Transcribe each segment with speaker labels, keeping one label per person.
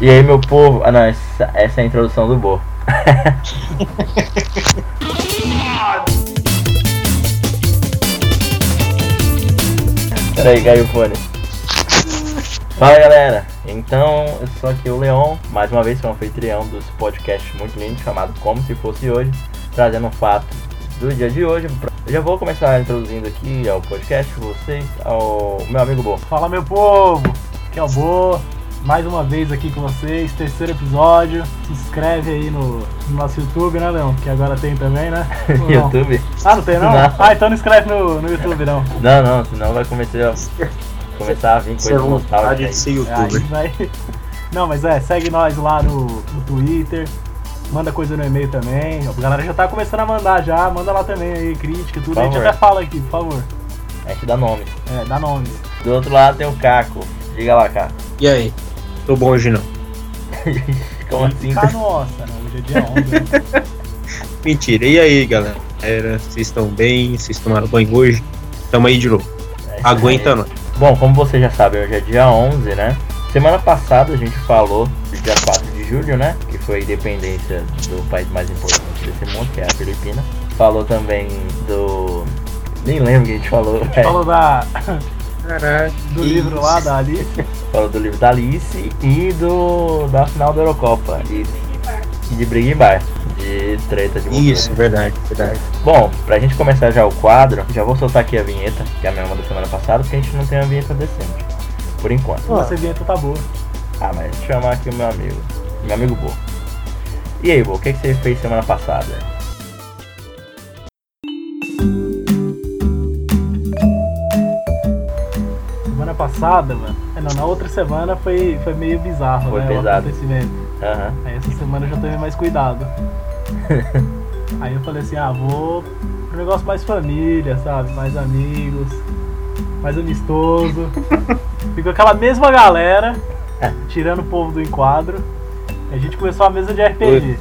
Speaker 1: E aí, meu povo. Ah, não, essa, essa é a introdução do Bo. Peraí, caiu o fone. Fala galera, então eu sou aqui o Leon, mais uma vez sou um anfitrião dos podcasts muito lindo chamado Como Se Fosse Hoje, trazendo um fato do dia de hoje. Eu já vou começar introduzindo aqui ao podcast vocês, ao meu amigo Bo.
Speaker 2: Fala meu povo, que é o Bo, mais uma vez aqui com vocês, terceiro episódio. Se inscreve aí no, no nosso YouTube, né, Leon? Que agora tem também, né? Ou não?
Speaker 1: YouTube.
Speaker 2: Ah, não tem não?
Speaker 1: Não.
Speaker 2: Ah, então não inscreve no, no YouTube não.
Speaker 1: Não, não, senão vai começar a, começar a vir
Speaker 3: Isso é
Speaker 1: coisa
Speaker 3: vontade de
Speaker 1: nostálgica
Speaker 3: ser
Speaker 2: Aí
Speaker 3: youtuber.
Speaker 2: vai. Não, mas é, segue nós lá no, no Twitter, manda coisa no e-mail também. A galera já tá começando a mandar já, manda lá também aí, crítica, tudo. A gente
Speaker 1: Favor.
Speaker 2: até fala aqui, por favor.
Speaker 1: aí. A gente dá nome.
Speaker 2: É, dá nome.
Speaker 1: Do outro lado tem o Caco. Diga lá, Caco.
Speaker 3: E aí? Tô bom hoje não.
Speaker 1: Como assim?
Speaker 2: Tá nossa, né? Hoje é dia 11. né?
Speaker 3: Mentira. E aí, galera? Era, vocês estão bem? Vocês tomaram banho hoje? Tamo aí de novo. Aguenta nós.
Speaker 1: Bom, como vocês já sabem, hoje é dia 11, né? Semana passada a gente falou do dia 4 de julho, né? Que foi a independência do país mais importante desse mundo, que é a Filipina. Falou também do. Nem lembro o que a gente falou, é. velho.
Speaker 2: Falou da,
Speaker 3: Caralho.
Speaker 2: do
Speaker 1: É.
Speaker 2: livro lá, da Alice.
Speaker 1: Falou do livro da Alice e do. da final da Eurocopa. E, e de Briga em Bar. De treta de motor.
Speaker 3: Isso, verdade, verdade.
Speaker 1: Bom, pra gente começar já o quadro, já vou soltar aqui a vinheta, que é a mesma da semana passada, porque a gente não tem uma vinheta decente. Por enquanto.
Speaker 2: Nossa, a vinheta tá boa.
Speaker 1: Ah, mas deixa eu chamar aqui o meu amigo. Meu amigo Bo. E aí, Bo, o que, que você fez semana passada?
Speaker 2: Semana passada, mano. É, não, na outra semana foi, foi meio bizarro,
Speaker 1: Foi
Speaker 2: né?
Speaker 1: pesado.
Speaker 2: O acontecimento.
Speaker 1: Aham.
Speaker 2: Aí essa semana eu já tomei mais cuidado. Aí eu falei assim, ah, vou pro negócio mais família, sabe? Mais amigos, mais amistoso. Ficou aquela mesma galera, tirando o povo do enquadro. E a gente começou a mesa de RPG.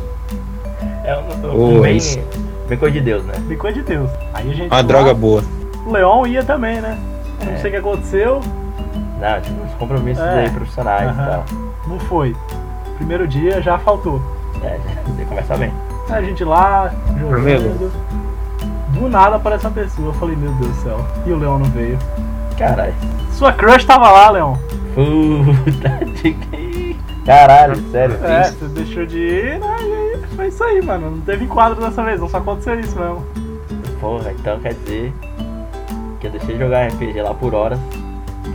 Speaker 1: É um,
Speaker 3: Ô,
Speaker 1: bem,
Speaker 3: isso.
Speaker 1: bem coisa de Deus, né?
Speaker 2: Ficou de Deus. Aí a gente.
Speaker 3: Uma
Speaker 2: lá,
Speaker 3: droga boa.
Speaker 2: O Leon ia também, né?
Speaker 1: É.
Speaker 2: Não sei o que aconteceu.
Speaker 1: Não, tipo, uns compromissos
Speaker 2: É.
Speaker 1: aí profissionais e
Speaker 2: Aham.
Speaker 1: tal.
Speaker 2: Não foi. Primeiro dia já faltou.
Speaker 1: É, tem que começar bem.
Speaker 2: A gente lá,
Speaker 3: Amigo.
Speaker 2: jogando. Do nada aparece uma pessoa. Eu falei, meu Deus do céu. E o Leon não veio.
Speaker 1: Caralho.
Speaker 2: Sua crush tava lá, Leon.
Speaker 1: Puta de que. Caralho, sério.
Speaker 2: É, você deixou de ir, né? E aí foi isso aí, mano. Não teve enquadro dessa vez, não só aconteceu isso mesmo.
Speaker 1: Porra, então quer dizer que eu deixei de jogar RPG lá por horas.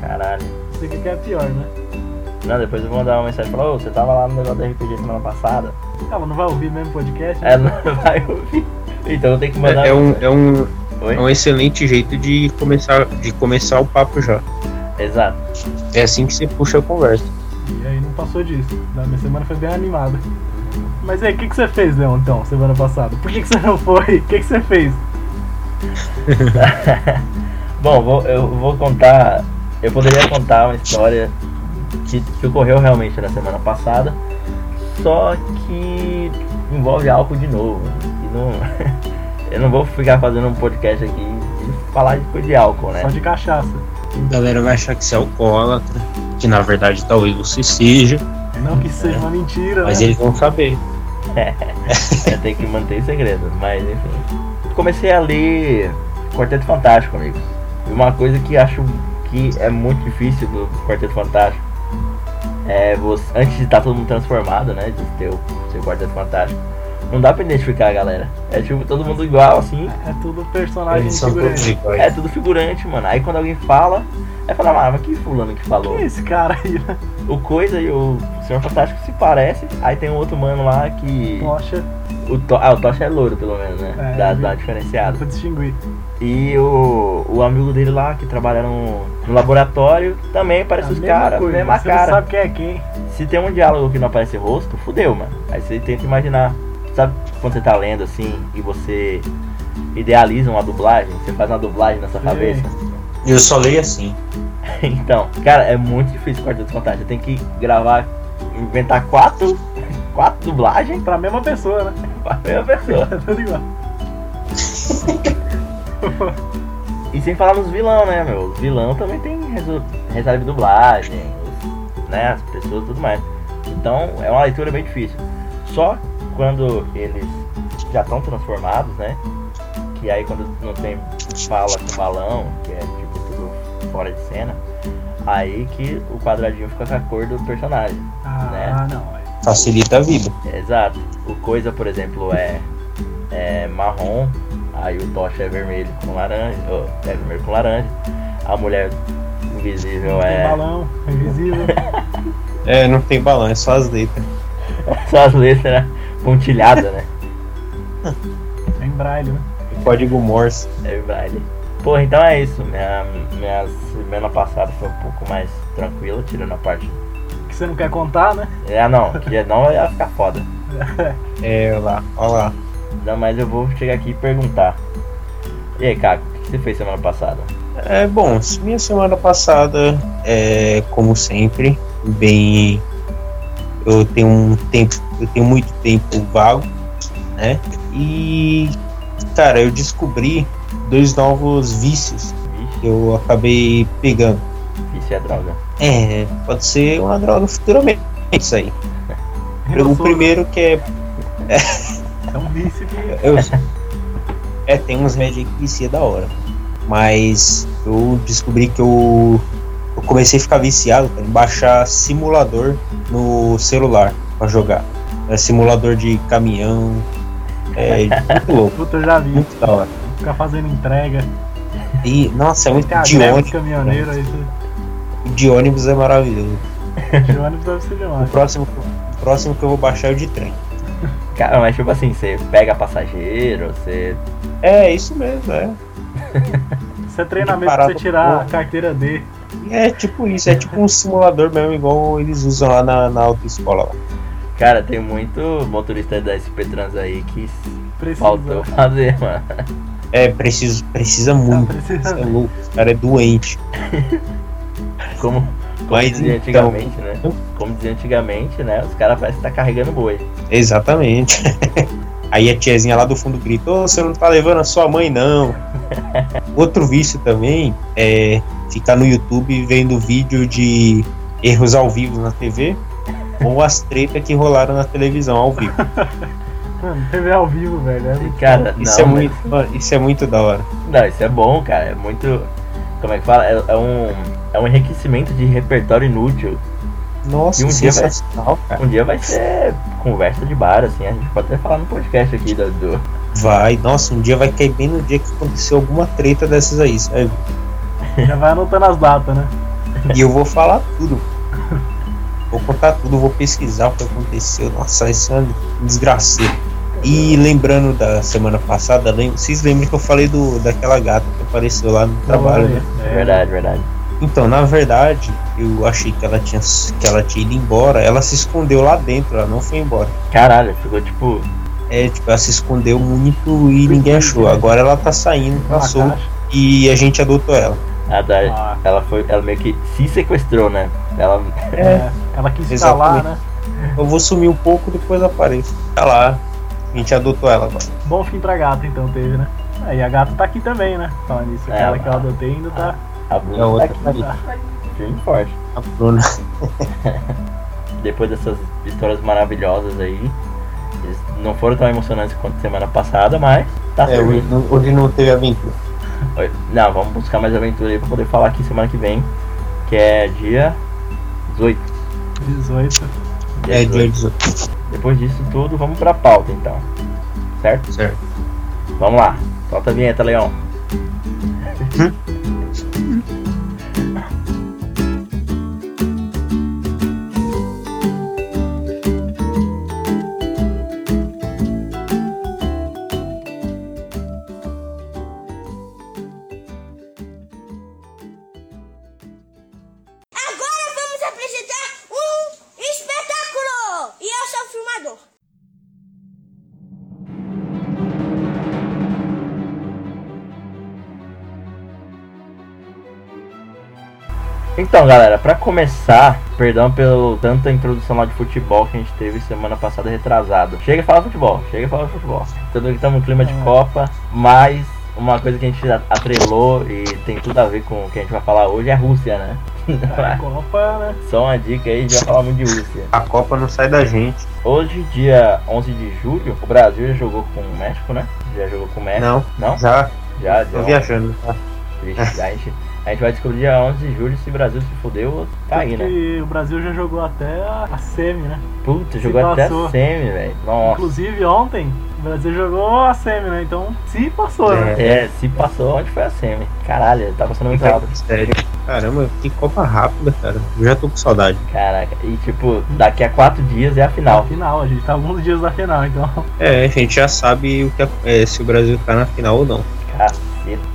Speaker 1: Caralho.
Speaker 2: Isso aqui que é pior, né?
Speaker 1: Não, depois eu vou mandar uma mensagem e falar, ô, você tava lá no negócio da RPG semana passada?
Speaker 2: Ela não vai ouvir mesmo podcast? né?
Speaker 1: Ela não vai ouvir. Então eu tenho que mandar
Speaker 3: É, é um, é, um,
Speaker 1: Oi?
Speaker 3: é um excelente jeito de começar, de começar o papo já. um-
Speaker 1: Exato.
Speaker 3: É assim que você puxa a conversa.
Speaker 2: E aí não passou disso. Da minha semana foi bem animada. Mas aí, o que, que você fez, Leon, então, semana passada? Por que, que você não foi? O que, que você fez?
Speaker 1: Bom, vou- eu vou contar. Eu poderia contar uma história que, que ocorreu realmente na semana passada, só que envolve álcool de novo. E não, eu não vou ficar fazendo um podcast aqui e falar de coisa de álcool,
Speaker 3: É.
Speaker 1: né?
Speaker 2: Só de cachaça.
Speaker 3: A galera vai achar que você é alcoólatra, que na verdade talvez você seja,
Speaker 2: Não que isso seja uma mentira,
Speaker 3: É. mas
Speaker 2: né?
Speaker 3: eles vão saber.
Speaker 1: Eu tenho que manter o segredo, mas enfim. Comecei a ler Quarteto Fantástico, amigos. E uma coisa que acho que é muito difícil do Quarteto Fantástico é você. Antes de estar todo mundo transformado, né? De ter o seu Quarteto Fantástico. Não dá pra identificar a galera. É tipo todo mundo igual, assim.
Speaker 2: É tudo personagem
Speaker 3: Eles são todos
Speaker 2: figurante.
Speaker 3: iguais.
Speaker 1: É tudo figurante, mano. Aí quando alguém fala, aí fala, ah, mas que fulano que falou?
Speaker 2: Quem é esse cara aí, né?
Speaker 1: O coisa e o Senhor Fantástico se parecem. Aí tem um outro mano lá que.
Speaker 2: Poxa,
Speaker 1: O to... Ah, o Tocha é louro, pelo menos, né?
Speaker 2: É,
Speaker 1: dá,
Speaker 2: eu vi.
Speaker 1: dá uma diferenciada.
Speaker 2: pra distinguir.
Speaker 1: E o, o amigo dele lá, que trabalha no, no laboratório, também aparece
Speaker 2: A
Speaker 1: os
Speaker 2: mesma
Speaker 1: caras,
Speaker 2: coisa,
Speaker 1: mesma
Speaker 2: você
Speaker 1: cara.
Speaker 2: não sabe quem é quem.
Speaker 1: Se tem um diálogo que não aparece rosto, fudeu, mano. Aí você tenta imaginar. Sabe quando você tá lendo assim e você idealiza uma dublagem? Você faz uma dublagem na sua
Speaker 2: Sim.
Speaker 1: cabeça?
Speaker 3: Eu só leio assim.
Speaker 1: Então, cara, é muito difícil cortar descontagem. Tem que gravar, inventar quatro, quatro dublagens
Speaker 2: Pra mesma pessoa, né?
Speaker 1: pra mesma pessoa.
Speaker 2: Tá tudo igual.
Speaker 1: E sem falar nos vilão, né, meu? Os vilão também tem resu- recebe dublagem, os- né? As pessoas e tudo mais. Então é uma leitura bem difícil. Só quando eles já estão transformados, né? Que aí quando não tem fala com balão, que é tipo tudo fora de cena, aí que o quadradinho fica com a cor do personagem.
Speaker 2: Ah, não. é.
Speaker 3: Facilita a vida.
Speaker 1: Exato. O coisa, por exemplo, é, é marrom, aí o tocha é vermelho com laranja, ou, é vermelho com laranja, a mulher invisível
Speaker 2: Não tem
Speaker 1: é.
Speaker 2: balão, é invisível.
Speaker 3: É, não tem balão, é só as letras.
Speaker 1: Só as letras pontilhadas, né?
Speaker 2: é em braille, né?
Speaker 3: O código Morse.
Speaker 1: É braille. Porra, então é isso. Minha, minha semana passada foi um pouco mais tranquila, tirando a parte.
Speaker 2: Que você não quer contar, né?
Speaker 1: Ah não, que não ia ficar foda.
Speaker 3: É, olha lá, olha lá.
Speaker 1: Não, mas eu vou chegar aqui e perguntar. E aí, Caco, o que você fez semana passada?
Speaker 3: É, bom, se minha semana passada é, como sempre, bem. Eu tenho um tempo, eu tenho muito tempo vago, né? E, cara, eu descobri dois novos vícios
Speaker 1: Vixe,
Speaker 3: que eu acabei pegando.
Speaker 1: isso é droga.
Speaker 3: É, pode ser uma droga futuramente, isso aí. O
Speaker 2: Renaissance
Speaker 3: primeiro que é
Speaker 2: É um vício que.
Speaker 3: Eu- é, tem uns remédios aí que vicia da hora. Mas eu descobri que eu, eu comecei a ficar viciado cara, em baixar simulador no celular pra jogar. É, simulador de caminhão. É muito louco,
Speaker 2: Puta, eu já vi.
Speaker 3: muito da hora.
Speaker 2: Ficar fazendo entrega.
Speaker 3: E, nossa, é muito
Speaker 2: Tem a
Speaker 3: de
Speaker 2: greve
Speaker 3: ônibus.
Speaker 2: de caminhoneiro aí. você-
Speaker 3: De ônibus é maravilhoso.
Speaker 2: De ônibus deve ser
Speaker 3: O
Speaker 2: demais.
Speaker 3: próximo, o próximo que eu vou baixar é o de trem.
Speaker 1: Cara, mas tipo assim, você pega passageiro, você.
Speaker 3: É, isso mesmo, é.
Speaker 2: Isso é treinamento pra
Speaker 3: Parado
Speaker 2: você tirar a
Speaker 3: porra.
Speaker 2: carteira D.
Speaker 3: É tipo isso, é tipo um simulador mesmo, igual eles usam lá na, na autoescola. Lá.
Speaker 1: Cara, tem muito motorista da SP Trans aí que
Speaker 2: Precisa.
Speaker 1: faltou fazer, mano.
Speaker 3: É, preciso, precisa
Speaker 2: Tá
Speaker 3: muito. Você é
Speaker 2: precisando.
Speaker 3: louco, esse cara é doente.
Speaker 1: Como, como
Speaker 3: Mas
Speaker 1: dizia
Speaker 3: então-
Speaker 1: antigamente, né? Como dizia antigamente, né? Os caras parecem estar carregando boi.
Speaker 3: Exatamente. Aí a tiazinha lá do fundo grita: Ô, você não tá levando a sua mãe, não. Outro vício também é ficar no YouTube vendo vídeo de erros ao vivo na TV ou as tretas que rolaram na televisão ao vivo.
Speaker 2: Mano, TV ao vivo, velho. É muito
Speaker 1: E, cara, não, né?
Speaker 3: Isso, é, muito, mano, isso é muito da hora.
Speaker 1: não, isso é bom, cara. É muito. Como é que fala? É, é um, é um enriquecimento de repertório inútil.
Speaker 3: Nossa,
Speaker 1: E um dia vai-
Speaker 3: sensacional, cara.
Speaker 1: Um dia vai ser conversa de bar, assim. A gente pode até falar no podcast aqui do. do-
Speaker 3: Vai, nossa, um dia vai cair bem no dia que aconteceu alguma treta dessas aí. sabe?
Speaker 2: Já vai anotando as datas, né?
Speaker 3: E eu vou falar tudo. Vou contar tudo, vou pesquisar o que aconteceu. Nossa, isso é um desgraceiro. E lembrando da semana passada, lem- vocês lembram que eu falei do, daquela gata que apareceu lá no trabalho? né?
Speaker 2: É,
Speaker 1: Verdade, verdade.
Speaker 3: Então, na verdade, eu achei que ela, tinha, s- que ela tinha ido embora. Ela se escondeu lá dentro, ela não foi embora.
Speaker 1: Caralho, ficou tipo.
Speaker 3: É, tipo, ela se escondeu muito e ninguém achou. Agora ela tá saindo,
Speaker 2: É, uma
Speaker 3: tá solta
Speaker 2: caixa.
Speaker 3: e a gente adotou ela.
Speaker 1: A da,
Speaker 2: Ah,
Speaker 1: ela foi. Ela meio que se sequestrou, né? Ela.
Speaker 2: é. Ela quis instalar, né?
Speaker 3: Eu vou sumir um pouco, depois apareço. Tá lá, a gente adotou ela agora.
Speaker 2: Bom fim pra gata, então, teve, né? É, e a gata tá aqui também, né? Falando nisso,
Speaker 1: É,
Speaker 2: aquela
Speaker 1: ela-
Speaker 2: que eu adotei ainda tá.
Speaker 1: A
Speaker 3: É
Speaker 1: Bruna
Speaker 3: outra
Speaker 1: tá aqui, firme e forte.
Speaker 3: A Bruna.
Speaker 1: depois dessas histórias maravilhosas aí. eles Não foram tão emocionantes quanto semana passada, mas tá
Speaker 3: É, hoje,
Speaker 1: servindo.
Speaker 3: não- hoje não teve aventura.
Speaker 1: Oi. Não, vamos buscar mais aventura aí pra poder falar aqui semana que vem, que é dia 18.
Speaker 2: tá 18.
Speaker 1: Dia
Speaker 3: É
Speaker 1: 18.
Speaker 3: dia 18.
Speaker 1: Depois disso tudo, vamos pra pauta então. Certo?
Speaker 3: Certo.
Speaker 1: Vamos lá. Solta a vinheta, Leão.
Speaker 4: Agora vamos apresentar um espetáculo! E eu sou o filmador.
Speaker 1: Então, galera, pra começar, perdão pelo tanta introdução lá de futebol que a gente teve semana passada retrasado. Chega e fala futebol, chega e fala futebol. Tudo que estamos no clima de
Speaker 2: É.
Speaker 1: Copa, mas uma coisa que a gente atrelou e tem tudo a ver com o que a gente vai falar hoje é a Rússia, né?
Speaker 2: A tá Copa, né?
Speaker 1: Só uma dica aí, já falamos de Rússia.
Speaker 3: A Copa não sai da gente.
Speaker 1: Hoje, dia 11 de julho, o Brasil já jogou com o México, né? Já jogou com o México.
Speaker 3: Não,
Speaker 1: Não?
Speaker 3: já
Speaker 1: Já,
Speaker 3: tô
Speaker 1: já.
Speaker 3: viajando. tá?
Speaker 1: Vixe, a, gente, a gente vai descobrir dia 11 de julho se o Brasil se fodeu ou tá aí, né?
Speaker 2: Porque o Brasil já jogou até a a semi, né?
Speaker 1: Puta,
Speaker 2: se
Speaker 1: jogou até a
Speaker 2: passou.
Speaker 1: semi, velho. Nossa.
Speaker 2: Inclusive ontem, o Brasil jogou a semi, né? Então se passou, né?
Speaker 1: É, se passou, onde foi a semi? Caralho, tá passando muito rápido.
Speaker 3: Sério. Caramba, que Copa rápida, cara. Eu já tô com saudade.
Speaker 2: Tá.
Speaker 1: Caraca, e tipo, daqui a quatro dias é a
Speaker 2: Na
Speaker 1: final.
Speaker 2: final, a gente tá alguns dias da final, então.
Speaker 3: É, a gente já sabe o que é, é, se o Brasil tá na final ou não.
Speaker 1: Caceta.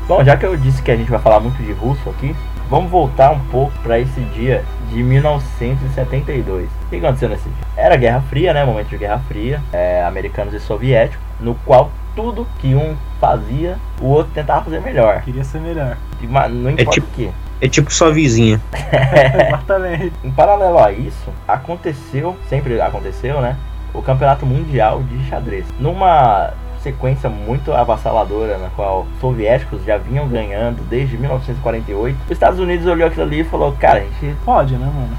Speaker 1: Bom, já que eu disse que a gente vai falar muito de russo aqui, vamos voltar um pouco pra esse dia de 1972. O que aconteceu nesse dia? Era Guerra Fria, né? Momento de Guerra Fria, é, americanos e soviéticos, no qual tudo que um fazia, o outro tentava fazer melhor.
Speaker 2: Queria ser melhor.
Speaker 1: E, mas Não importa
Speaker 3: tipo-
Speaker 1: o que.
Speaker 3: É tipo sua vizinha.
Speaker 1: É.
Speaker 2: Exatamente.
Speaker 1: Em paralelo a isso, aconteceu, sempre aconteceu, né? O Campeonato Mundial de Xadrez. Numa sequência muito avassaladora, na qual os soviéticos já vinham ganhando desde 1948, os Estados Unidos olhou aquilo ali e falou: Cara, a gente
Speaker 2: Pode, né, mano?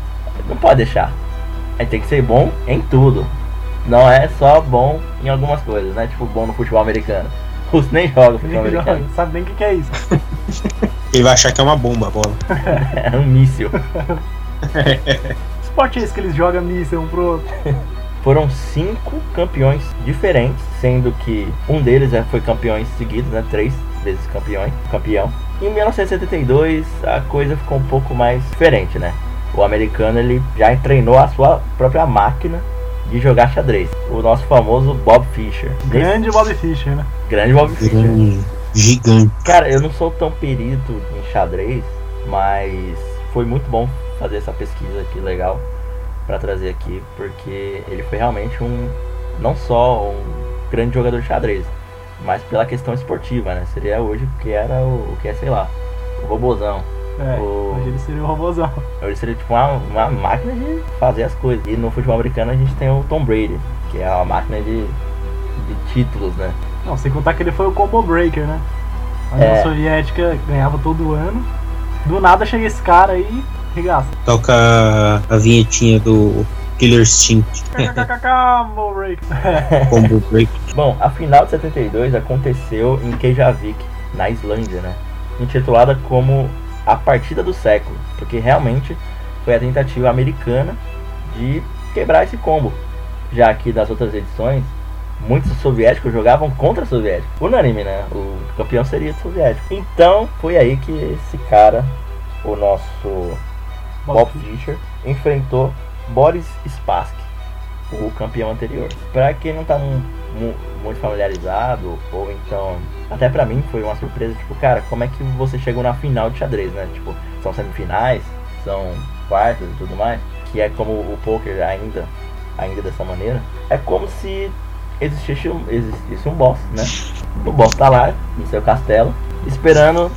Speaker 1: não pode deixar. A gente tem que ser bom em tudo. Não é só bom em algumas coisas, né? Tipo, bom no futebol americano. Os nem jogam futebol
Speaker 2: Ninguém joga,
Speaker 1: americano.
Speaker 2: sabe nem o que, que é isso.
Speaker 3: Ele vai achar que é uma bomba a bola.
Speaker 1: É um míssil.
Speaker 2: Que esporte é esse que eles jogam míssil um pro outro?
Speaker 1: Foram cinco campeões diferentes, sendo que um deles é- foi campeão em seguida, né? Três vezes campeão, campeão. Em 1972 a coisa ficou um pouco mais diferente, né? O americano ele já treinou a sua própria máquina de jogar xadrez. O nosso famoso Bob Fischer.
Speaker 2: Grande Bob Fischer, né?
Speaker 1: Grande Bob Fischer.
Speaker 3: Grande, Gigante.
Speaker 1: Cara, eu não sou tão perito em xadrez, mas foi muito bom fazer essa pesquisa aqui legal pra trazer aqui, porque ele foi realmente um não só um grande jogador de xadrez, mas pela questão esportiva, né? Seria hoje o que era o, o que é, sei lá, o robozão.
Speaker 2: É,
Speaker 1: O-
Speaker 2: hoje ele seria o robôzão.
Speaker 1: Hoje seria tipo uma, uma máquina de fazer as coisas. E no futebol americano a gente tem o Tom Brady, que é uma máquina de, de títulos, né?
Speaker 2: Não, sem contar que ele foi o combo breaker, né? A União
Speaker 1: É.
Speaker 2: Soviética ganhava todo ano. Do nada chega esse cara aí e regaça.
Speaker 3: Toca a vinhetinha do Killer Instinct
Speaker 2: KKKK, combo breaker.
Speaker 3: Combo Break.
Speaker 1: Bom, a final de 72 aconteceu em Keijavik, na Islândia, né? Intitulada como a partida do século, porque realmente foi a tentativa americana de quebrar esse combo, já que nas outras edições muitos soviéticos jogavam contra soviéticos, unânime, né? O campeão seria soviético. Então foi aí que esse cara, o nosso Bob Fischer enfrentou Boris Spassky, o campeão anterior. Para quem não tá mu- mu- muito familiarizado, ou então. Até pra mim foi uma surpresa, tipo, cara, como é que você chegou na final de xadrez, né? Tipo, são semifinais, são quartas e tudo mais, que é como o poker ainda, ainda dessa maneira. É como se existisse um, existisse um boss, né? O boss tá lá, no seu castelo, esperando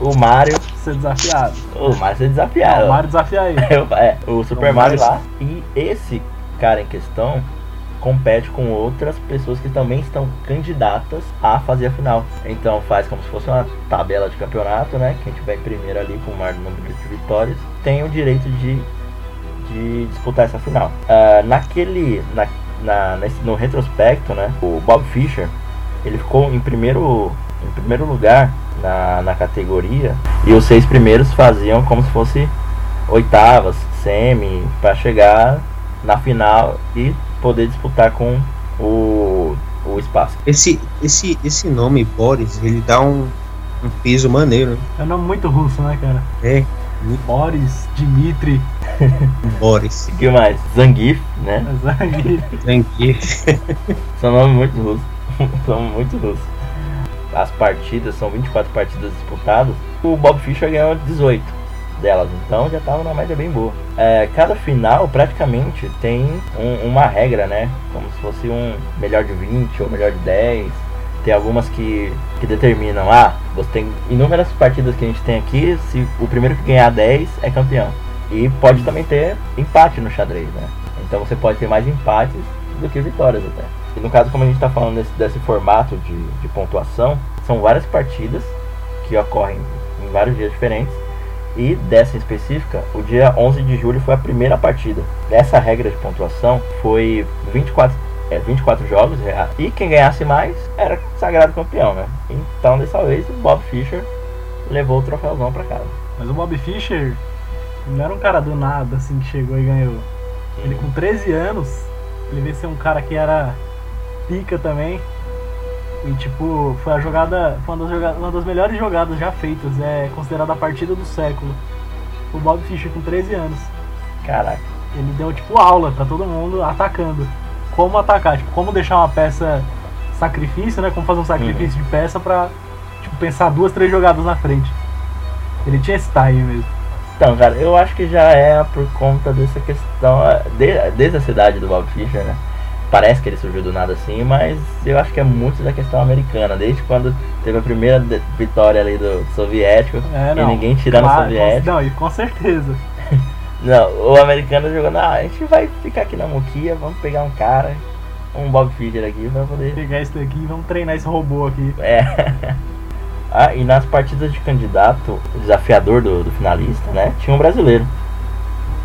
Speaker 1: o Mario,
Speaker 2: Ser desafiado.
Speaker 1: o Mario ser
Speaker 2: Ah,
Speaker 1: desafiado.
Speaker 2: o Mario desafia ele.
Speaker 1: É, o- é, o Super
Speaker 3: Então,
Speaker 1: Mario
Speaker 3: mas-
Speaker 1: lá. E esse cara em questão compete com outras pessoas que também estão candidatas a fazer a final. Então faz como se fosse uma tabela de campeonato, né? Quem tiver em primeiro ali com o maior número de vitórias tem o direito de, de disputar essa final. Ah, naquele, na, na- nesse- no retrospecto, né? O Bob Fischer ele ficou em primeiro, em primeiro lugar na, na categoria e os seis primeiros faziam como se fosse oitavas, semi, para chegar na final e poder disputar com o, o espaço.
Speaker 3: Esse, esse, esse nome, Boris, ele dá um, um peso maneiro, né?
Speaker 2: É um nome muito russo, né, cara?
Speaker 3: É, muito
Speaker 2: Boris, Dmitri,
Speaker 3: É, Boris.
Speaker 1: O que mais? Zangief, né?
Speaker 2: Zang.
Speaker 3: Tranquilo.
Speaker 1: São nomes é um muito russos. São muito russos. As partidas, são 24 partidas disputadas. O Bob Fischer ganhou 18 delas, então já estava numa média bem boa. É, cada final praticamente tem um- uma regra, né? Como se fosse um melhor de 20 ou melhor de 10. Tem algumas que, que determinam, ah, você tem inúmeras partidas que a gente tem aqui, se o primeiro que ganhar 10 é campeão. E pode também ter empate no xadrez, né? Então você pode ter mais empates do que vitórias até. E no caso, como a gente está falando desse, desse formato de, de pontuação, são várias partidas que ocorrem em vários dias diferentes E dessa em específica, o dia 11 de julho foi a primeira partida. Essa regra de pontuação foi 24, é, 24 jogos é, e quem ganhasse mais era sagrado campeão, né? Então dessa vez o Bob Fischer levou o troféuzão pra casa.
Speaker 2: Mas o Bob Fischer ele não era um cara do nada assim que chegou e ganhou. Ele com 13 anos, ele veio ser um cara que era pica também. E tipo, foi a jogada. Foi uma das, joga- uma das melhores jogadas já feitas. É considerada a partida do século. O Bob Fischer com 13 anos.
Speaker 1: Caraca,
Speaker 2: Ele deu tipo aula pra todo mundo atacando. Como atacar, tipo, como deixar uma peça sacrifício, né? Como fazer um sacrifício de peça pra tipo, pensar duas, três jogadas na frente. Ele tinha esse time mesmo.
Speaker 1: Então, cara, eu acho que já é por conta dessa questão, eh, de- desde a cidade do Bob Fischer, né? Parece que ele surgiu do nada assim, mas eu acho que é muito da questão americana, desde quando teve a primeira de- vitória ali do soviético
Speaker 2: É,
Speaker 1: e
Speaker 2: não.
Speaker 1: ninguém tá tirando o
Speaker 2: Claro,
Speaker 1: soviético.
Speaker 2: com- Não, e com certeza.
Speaker 1: Não, o americano jogando, ah, a gente vai ficar aqui na Moquia, vamos pegar um cara, um Bob Fischer aqui pra poder
Speaker 2: Pegar isso daqui e vamos treinar esse robô aqui.
Speaker 1: É. Ah, e nas partidas de candidato, o desafiador do, do finalista, né? Tinha um brasileiro.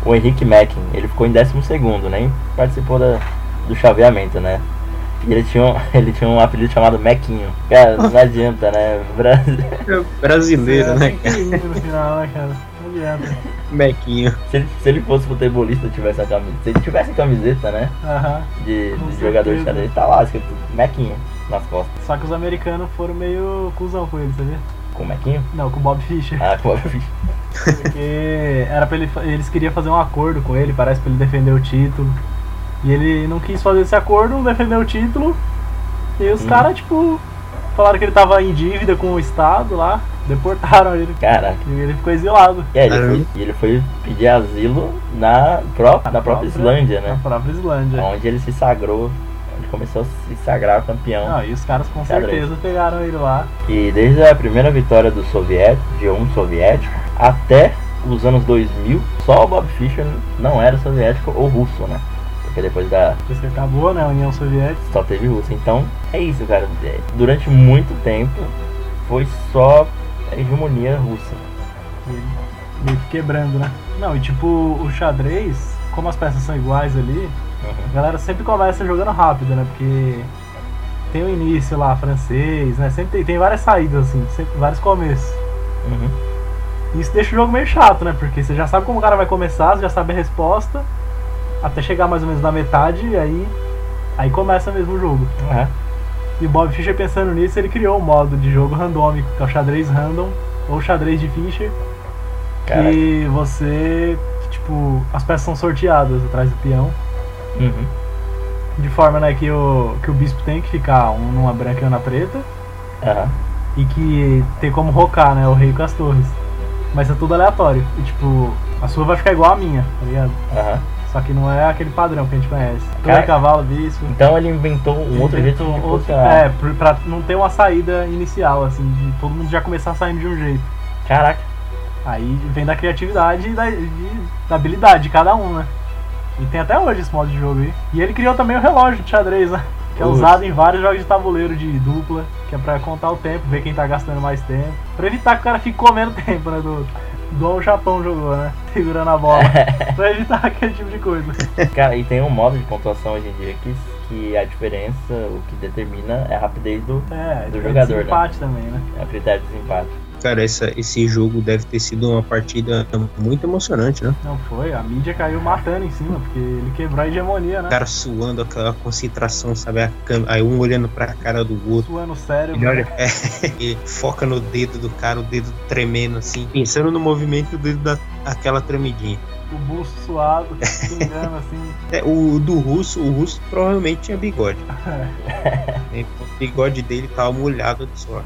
Speaker 1: O Henrique Mackin. Ele ficou em 12 segundo, nem participou da, do chaveamento, né? E ele tinha, um, ele tinha um apelido chamado Mequinho. Cara, não adianta, né? Brasi-
Speaker 3: Brasileiro,
Speaker 2: É,
Speaker 3: né?
Speaker 2: tem que ir no final, né, cara? Não adianta.
Speaker 3: Mequinho.
Speaker 1: Se ele, se ele fosse futebolista, tivesse a camiseta. Se ele tivesse a camiseta, né?
Speaker 2: Aham.
Speaker 1: De,
Speaker 2: Com
Speaker 1: de jogador de
Speaker 2: certeza.
Speaker 1: xadrez, tá lá, escrito Mequinho nas costas.
Speaker 2: Só que os americanos foram meio cuzão com ele, sabia?
Speaker 1: Com o Mequinho?
Speaker 2: Não, com o Bob Fischer.
Speaker 1: Ah, com a
Speaker 2: Porque era pra ele, fa- eles queriam fazer um acordo com ele, parece pra ele defender o título. E ele não quis fazer esse acordo, defendeu o título. E os
Speaker 1: Hum.
Speaker 2: caras, tipo, falaram que ele tava em dívida com o Estado lá, deportaram ele.
Speaker 1: Caraca.
Speaker 2: E ele ficou exilado
Speaker 1: É, ele
Speaker 3: Caramba.
Speaker 1: foi, ele foi pedir asilo na, pró na própria
Speaker 2: própria-
Speaker 1: Islândia, né?
Speaker 2: na própria Islândia.
Speaker 1: Onde ele se sagrou, onde começou a se sagrar campeão.
Speaker 2: Não, e os caras com
Speaker 1: Xadrez.
Speaker 2: certeza pegaram ele lá.
Speaker 1: E desde a primeira vitória do soviético, de um soviético, até os anos 2000, só o Bob Fischer não era soviético ou russo, né? Porque depois da
Speaker 2: Depois que acabou, né? A União Soviética.
Speaker 1: só teve russo. Então é isso, cara. É, Durante muito tempo foi só a hegemonia russa.
Speaker 2: E meio que quebrando, né? Não, e tipo, o xadrez, como as peças são iguais ali,
Speaker 1: Uhum.
Speaker 2: a galera sempre começa jogando rápido, né? Porque tem o início lá, francês, né? Sempre tem, tem várias saídas, assim, sempre, vários começos.
Speaker 1: Uhum.
Speaker 2: E isso deixa o jogo meio chato, né? Porque você já sabe como o cara vai começar, você já sabe a resposta, até chegar mais ou menos na metade, e aí, aí começa mesmo o jogo.
Speaker 1: Ah,
Speaker 2: E o Bob Fischer pensando nisso, ele criou um modo de jogo randômico, que é o xadrez random, ou xadrez de Fischer,
Speaker 1: cara.
Speaker 2: que você, tipo, as peças são sorteadas atrás do peão,
Speaker 1: Uhum.
Speaker 2: de forma né, que, o, que o bispo tem que ficar um numa branca e uma na preta,
Speaker 1: Aham.
Speaker 2: e que tem como rocar, né, o rei com as torres. Mas é tudo aleatório, e tipo, a sua vai ficar igual a minha, tá ligado?
Speaker 1: Aham.
Speaker 2: Só que não é aquele padrão que a gente conhece.
Speaker 1: Cara,
Speaker 2: Torre, cavalo, bispo...
Speaker 1: Então ele inventou um outro jeito de
Speaker 2: Outro-
Speaker 1: funcionar.
Speaker 2: É, pra- pra não ter uma saída inicial, assim, de todo mundo já começar saindo de um jeito.
Speaker 1: Caraca.
Speaker 2: Aí vem da criatividade e da, de- da habilidade de cada um, né? E tem até hoje esse modo de jogo aí. E ele criou também o relógio de xadrez, né? Que é
Speaker 1: Putz.
Speaker 2: usado em vários jogos de tabuleiro de dupla, que é pra contar o tempo, ver quem tá gastando mais tempo. Pra evitar que o cara fique comendo tempo, né? Do, igual o Japão jogou, né? Segurando a bola. pra evitar aquele tipo de coisa.
Speaker 1: Cara, e tem um modo de pontuação hoje em dia que, que a diferença, o que determina é a rapidez do
Speaker 2: É,
Speaker 1: Do
Speaker 2: tem
Speaker 1: jogador, né?
Speaker 2: esse empate também, né?
Speaker 1: é o critério de desempate.
Speaker 3: Cara, essa, esse jogo deve ter sido uma partida muito emocionante, né?
Speaker 2: Não foi, a mídia caiu matando em cima, porque ele quebrou a hegemonia,
Speaker 3: O
Speaker 2: né?
Speaker 3: cara suando aquela concentração, sabe? A câmera, aí um olhando pra cara do outro.
Speaker 2: Suando o cérebro.
Speaker 3: Ele olha, é, ele foca no dedo do cara, o dedo tremendo assim, pensando no movimento, o dedo dá aquela tremidinha.
Speaker 2: o busto suado, pingando assim.
Speaker 3: É, o do russo, o russo provavelmente tinha bigode. É, o bigode dele tava molhado de suor.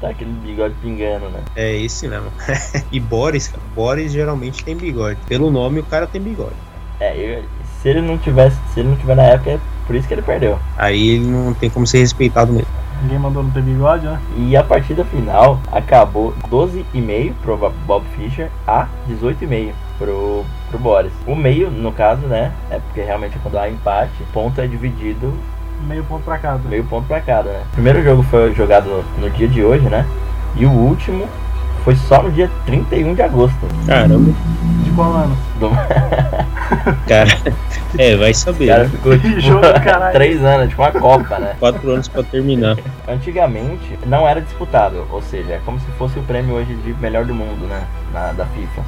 Speaker 1: Tá aquele bigode pingando, né?
Speaker 3: É esse mesmo. e Boris, cara, Boris geralmente tem bigode. Pelo nome, o cara tem bigode.
Speaker 1: É, eu- se ele não tivesse, se ele não tiver na época, é por isso que ele perdeu.
Speaker 3: Aí ele não tem como ser respeitado mesmo.
Speaker 2: Ninguém mandou não ter bigode, né?
Speaker 1: E a partida final acabou 12,5 pro Bo- Bob Fischer a 18,5 pro, pro Boris. O meio, no caso, né? É porque realmente quando há empate, ponto é dividido
Speaker 2: Meio ponto pra cada.
Speaker 1: meio ponto pra cada, né? O primeiro jogo foi jogado no dia de hoje, né? E o último Foi só no dia 31 de agosto.
Speaker 3: Caramba,
Speaker 2: De qual ano?
Speaker 1: Do...
Speaker 3: cara. É, vai
Speaker 1: O
Speaker 3: saber.
Speaker 1: cara
Speaker 3: né?
Speaker 1: ficou tipo
Speaker 2: Jogo do caralho.
Speaker 1: três anos, tipo uma Copa, né?
Speaker 3: Quatro anos pra terminar.
Speaker 1: Antigamente não era disputado, ou seja, é como se fosse o prêmio hoje de melhor do mundo, né? Na- da FIFA.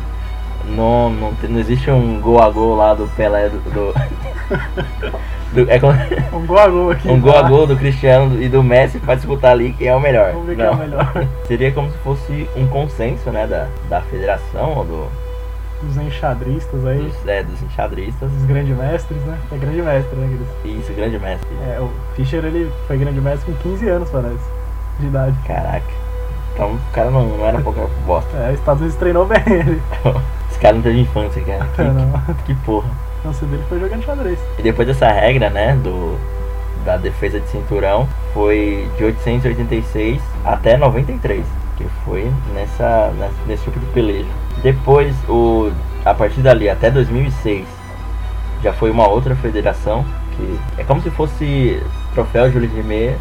Speaker 1: Não, não, tem- não existe um gol a gol lá do Pelé do. do- do- é como-
Speaker 2: Um gol a gol aqui.
Speaker 1: um gol a
Speaker 2: tá?
Speaker 1: gol do Cristiano e do Messi pra disputar ali quem é o melhor.
Speaker 2: Vamos ver quem é o
Speaker 1: Não.
Speaker 2: melhor.
Speaker 1: Seria como se fosse um consenso, né? Da, da federação ou do,
Speaker 2: Os enxadristas aí.
Speaker 1: dos, é, dos enxadristas.
Speaker 2: Os grandes mestres, né? É grande mestre, né, Gris?
Speaker 1: Isso, grande mestre.
Speaker 2: É, o Fischer, ele foi grande mestre com 15 anos, parece. De idade.
Speaker 1: Caraca. Então o cara não, não era pouca bosta.
Speaker 2: É, os Estados Unidos treinou bem ele.
Speaker 1: Esse cara não teve infância, cara.
Speaker 2: É, não.
Speaker 1: Que, que porra.
Speaker 2: A infância dele foi jogando xadrez.
Speaker 1: E depois dessa regra, né, do, da defesa de cinturão, foi de 886 até 93, que foi nessa, nessa, nesse tipo de peleja. Depois, o, a partir dali, até 2006, já foi uma outra federação, que é como se fosse troféu Júlio Rimet,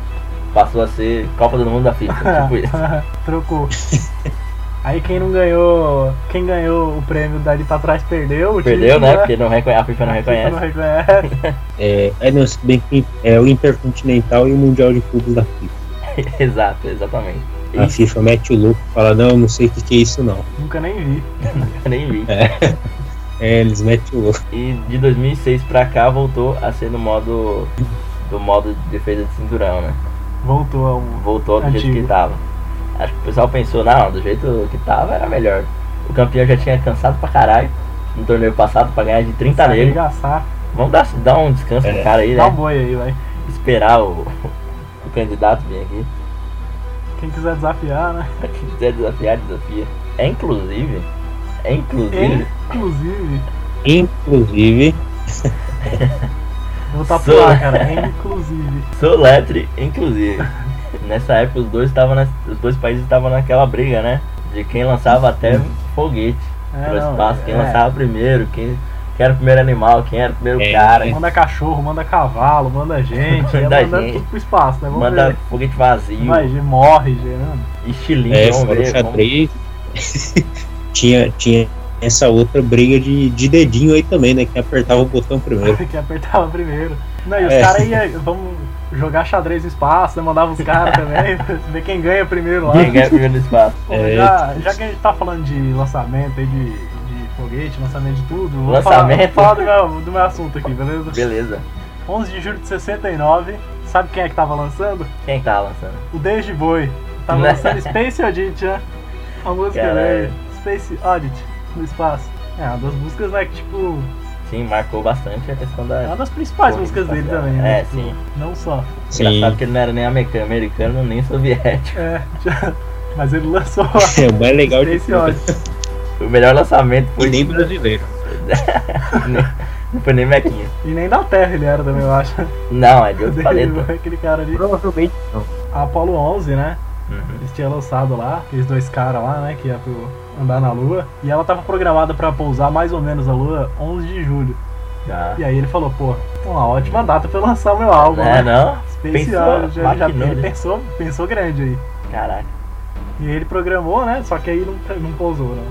Speaker 1: passou a ser Copa do Mundo da FIFA, tipo isso.
Speaker 2: Trocou. Aí quem não ganhou. Quem ganhou o prêmio dali pra trás perdeu. O
Speaker 1: Perdeu,
Speaker 2: título,
Speaker 1: né, porque não reconhe- a FIFA não
Speaker 2: Tipo, Não
Speaker 1: reconhece.
Speaker 2: reconhece.
Speaker 3: É, é, não, se bem que é o Intercontinental e o Mundial de Clubes da FIFA.
Speaker 1: Exato, exatamente.
Speaker 3: A FIFA mete o louco e fala, não, eu não sei o que, que é isso não.
Speaker 2: Nunca nem vi.
Speaker 1: Eu nem vi.
Speaker 3: É, eles metem o louco.
Speaker 1: E de 2006 pra cá voltou a ser no modo do modo de defesa de cinturão, né?
Speaker 2: Voltou um ao.
Speaker 1: Voltou do jeito
Speaker 2: Antigo.
Speaker 1: que tava. Acho que o pessoal pensou, não, do jeito que tava era melhor. O campeão já tinha cansado pra caralho no torneio passado pra ganhar de 30
Speaker 2: se
Speaker 1: nele.
Speaker 2: arregaçar.
Speaker 1: Vamos dar, dar um descanso pro
Speaker 3: É.
Speaker 1: cara aí,
Speaker 2: Dá um
Speaker 1: Tá né?
Speaker 2: boi aí, vai.
Speaker 1: Esperar o, o candidato vir aqui.
Speaker 2: Quem quiser desafiar, né?
Speaker 1: Quem quiser desafiar, desafia. É inclusive. É inclusive.
Speaker 2: Inclusive,
Speaker 3: Inclusive,
Speaker 2: vou tapar
Speaker 1: Sou-
Speaker 2: lá, cara. Inclusive.
Speaker 1: Soletre, inclusive. Nessa época os dois estavam na- os dois países estavam naquela briga, né? De quem lançava até foguete
Speaker 2: É,
Speaker 1: pro
Speaker 2: não,
Speaker 1: espaço, quem
Speaker 2: é.
Speaker 1: lançava primeiro, quem, quem era o primeiro animal, quem era o primeiro
Speaker 3: É,
Speaker 1: cara,
Speaker 3: é.
Speaker 2: Manda cachorro, manda cavalo, manda gente. é
Speaker 1: Manda
Speaker 2: mandando
Speaker 1: gente.
Speaker 2: tudo pro espaço, né? Vamos
Speaker 1: manda
Speaker 2: ver.
Speaker 1: foguete vazio,
Speaker 2: Vai, gente, morre, né? gerando.
Speaker 1: e estilingue,
Speaker 3: é,
Speaker 1: vamos
Speaker 3: fora o
Speaker 1: ver. vamos-
Speaker 3: xadrez, tinha, tinha essa outra briga de, de dedinho aí também, né? Quem apertava o botão primeiro.
Speaker 2: que apertava primeiro. Não, e os
Speaker 3: É.
Speaker 2: caras iam, vamos jogar xadrez no espaço, né? Mandavam os caras também, ver quem ganha primeiro lá.
Speaker 1: Quem ganha primeiro no espaço.
Speaker 2: Pô,
Speaker 3: É.
Speaker 2: já, já que a gente tá falando de lançamento aí, de, de foguete, lançamento de tudo, vou
Speaker 1: Lançamento?
Speaker 2: falar, vou falar do, meu, do meu assunto aqui, beleza?
Speaker 1: Beleza.
Speaker 2: 11 de julho de 69, sabe quem é que tava lançando?
Speaker 1: Quem tá lançando?
Speaker 2: O David Bowie. Tava
Speaker 1: Né?
Speaker 2: lançando Space Oddity, né? A música
Speaker 1: Caralho.
Speaker 2: dele, Space Oddity, no espaço. É, uma das músicas, né, que tipo,
Speaker 1: Sim, marcou bastante a questão
Speaker 2: é uma
Speaker 1: da.
Speaker 2: das principais
Speaker 1: Pô,
Speaker 2: músicas dele
Speaker 1: espacial.
Speaker 2: também, né?
Speaker 1: É,
Speaker 2: Tipo,
Speaker 1: sim.
Speaker 2: Não só.
Speaker 3: Sim,
Speaker 1: Engraçado que ele não era nem ameca- americano nem soviético.
Speaker 2: É, já- mas ele lançou a
Speaker 3: é o mais legal de
Speaker 2: Space
Speaker 3: tudo.
Speaker 2: Odyssey.
Speaker 1: O melhor lançamento foi.
Speaker 3: E nem brasileiro.
Speaker 1: Não foi nem Mequinha.
Speaker 2: E nem da Terra ele era também, eu acho.
Speaker 1: Não, é de outro planeta.
Speaker 2: Aquele cara ali.
Speaker 3: Provavelmente não.
Speaker 2: A Apollo 11, né?
Speaker 1: Uhum.
Speaker 2: Eles tinham lançado lá, aqueles dois caras lá, né? Que ia pro andar na Lua. E ela tava programada pra pousar mais ou menos a Lua 11 de julho.
Speaker 1: Tá.
Speaker 2: E aí ele falou, pô, uma ótima data pra eu lançar o meu álbum,
Speaker 1: É,
Speaker 2: né?
Speaker 1: não?
Speaker 2: Space
Speaker 1: Pensou,
Speaker 2: Odyssey, já, já,
Speaker 1: maquinou,
Speaker 2: ele
Speaker 1: né?
Speaker 2: pensou, pensou grande aí.
Speaker 1: Caraca.
Speaker 2: E aí ele programou, né? Só que aí não, não pousou, né?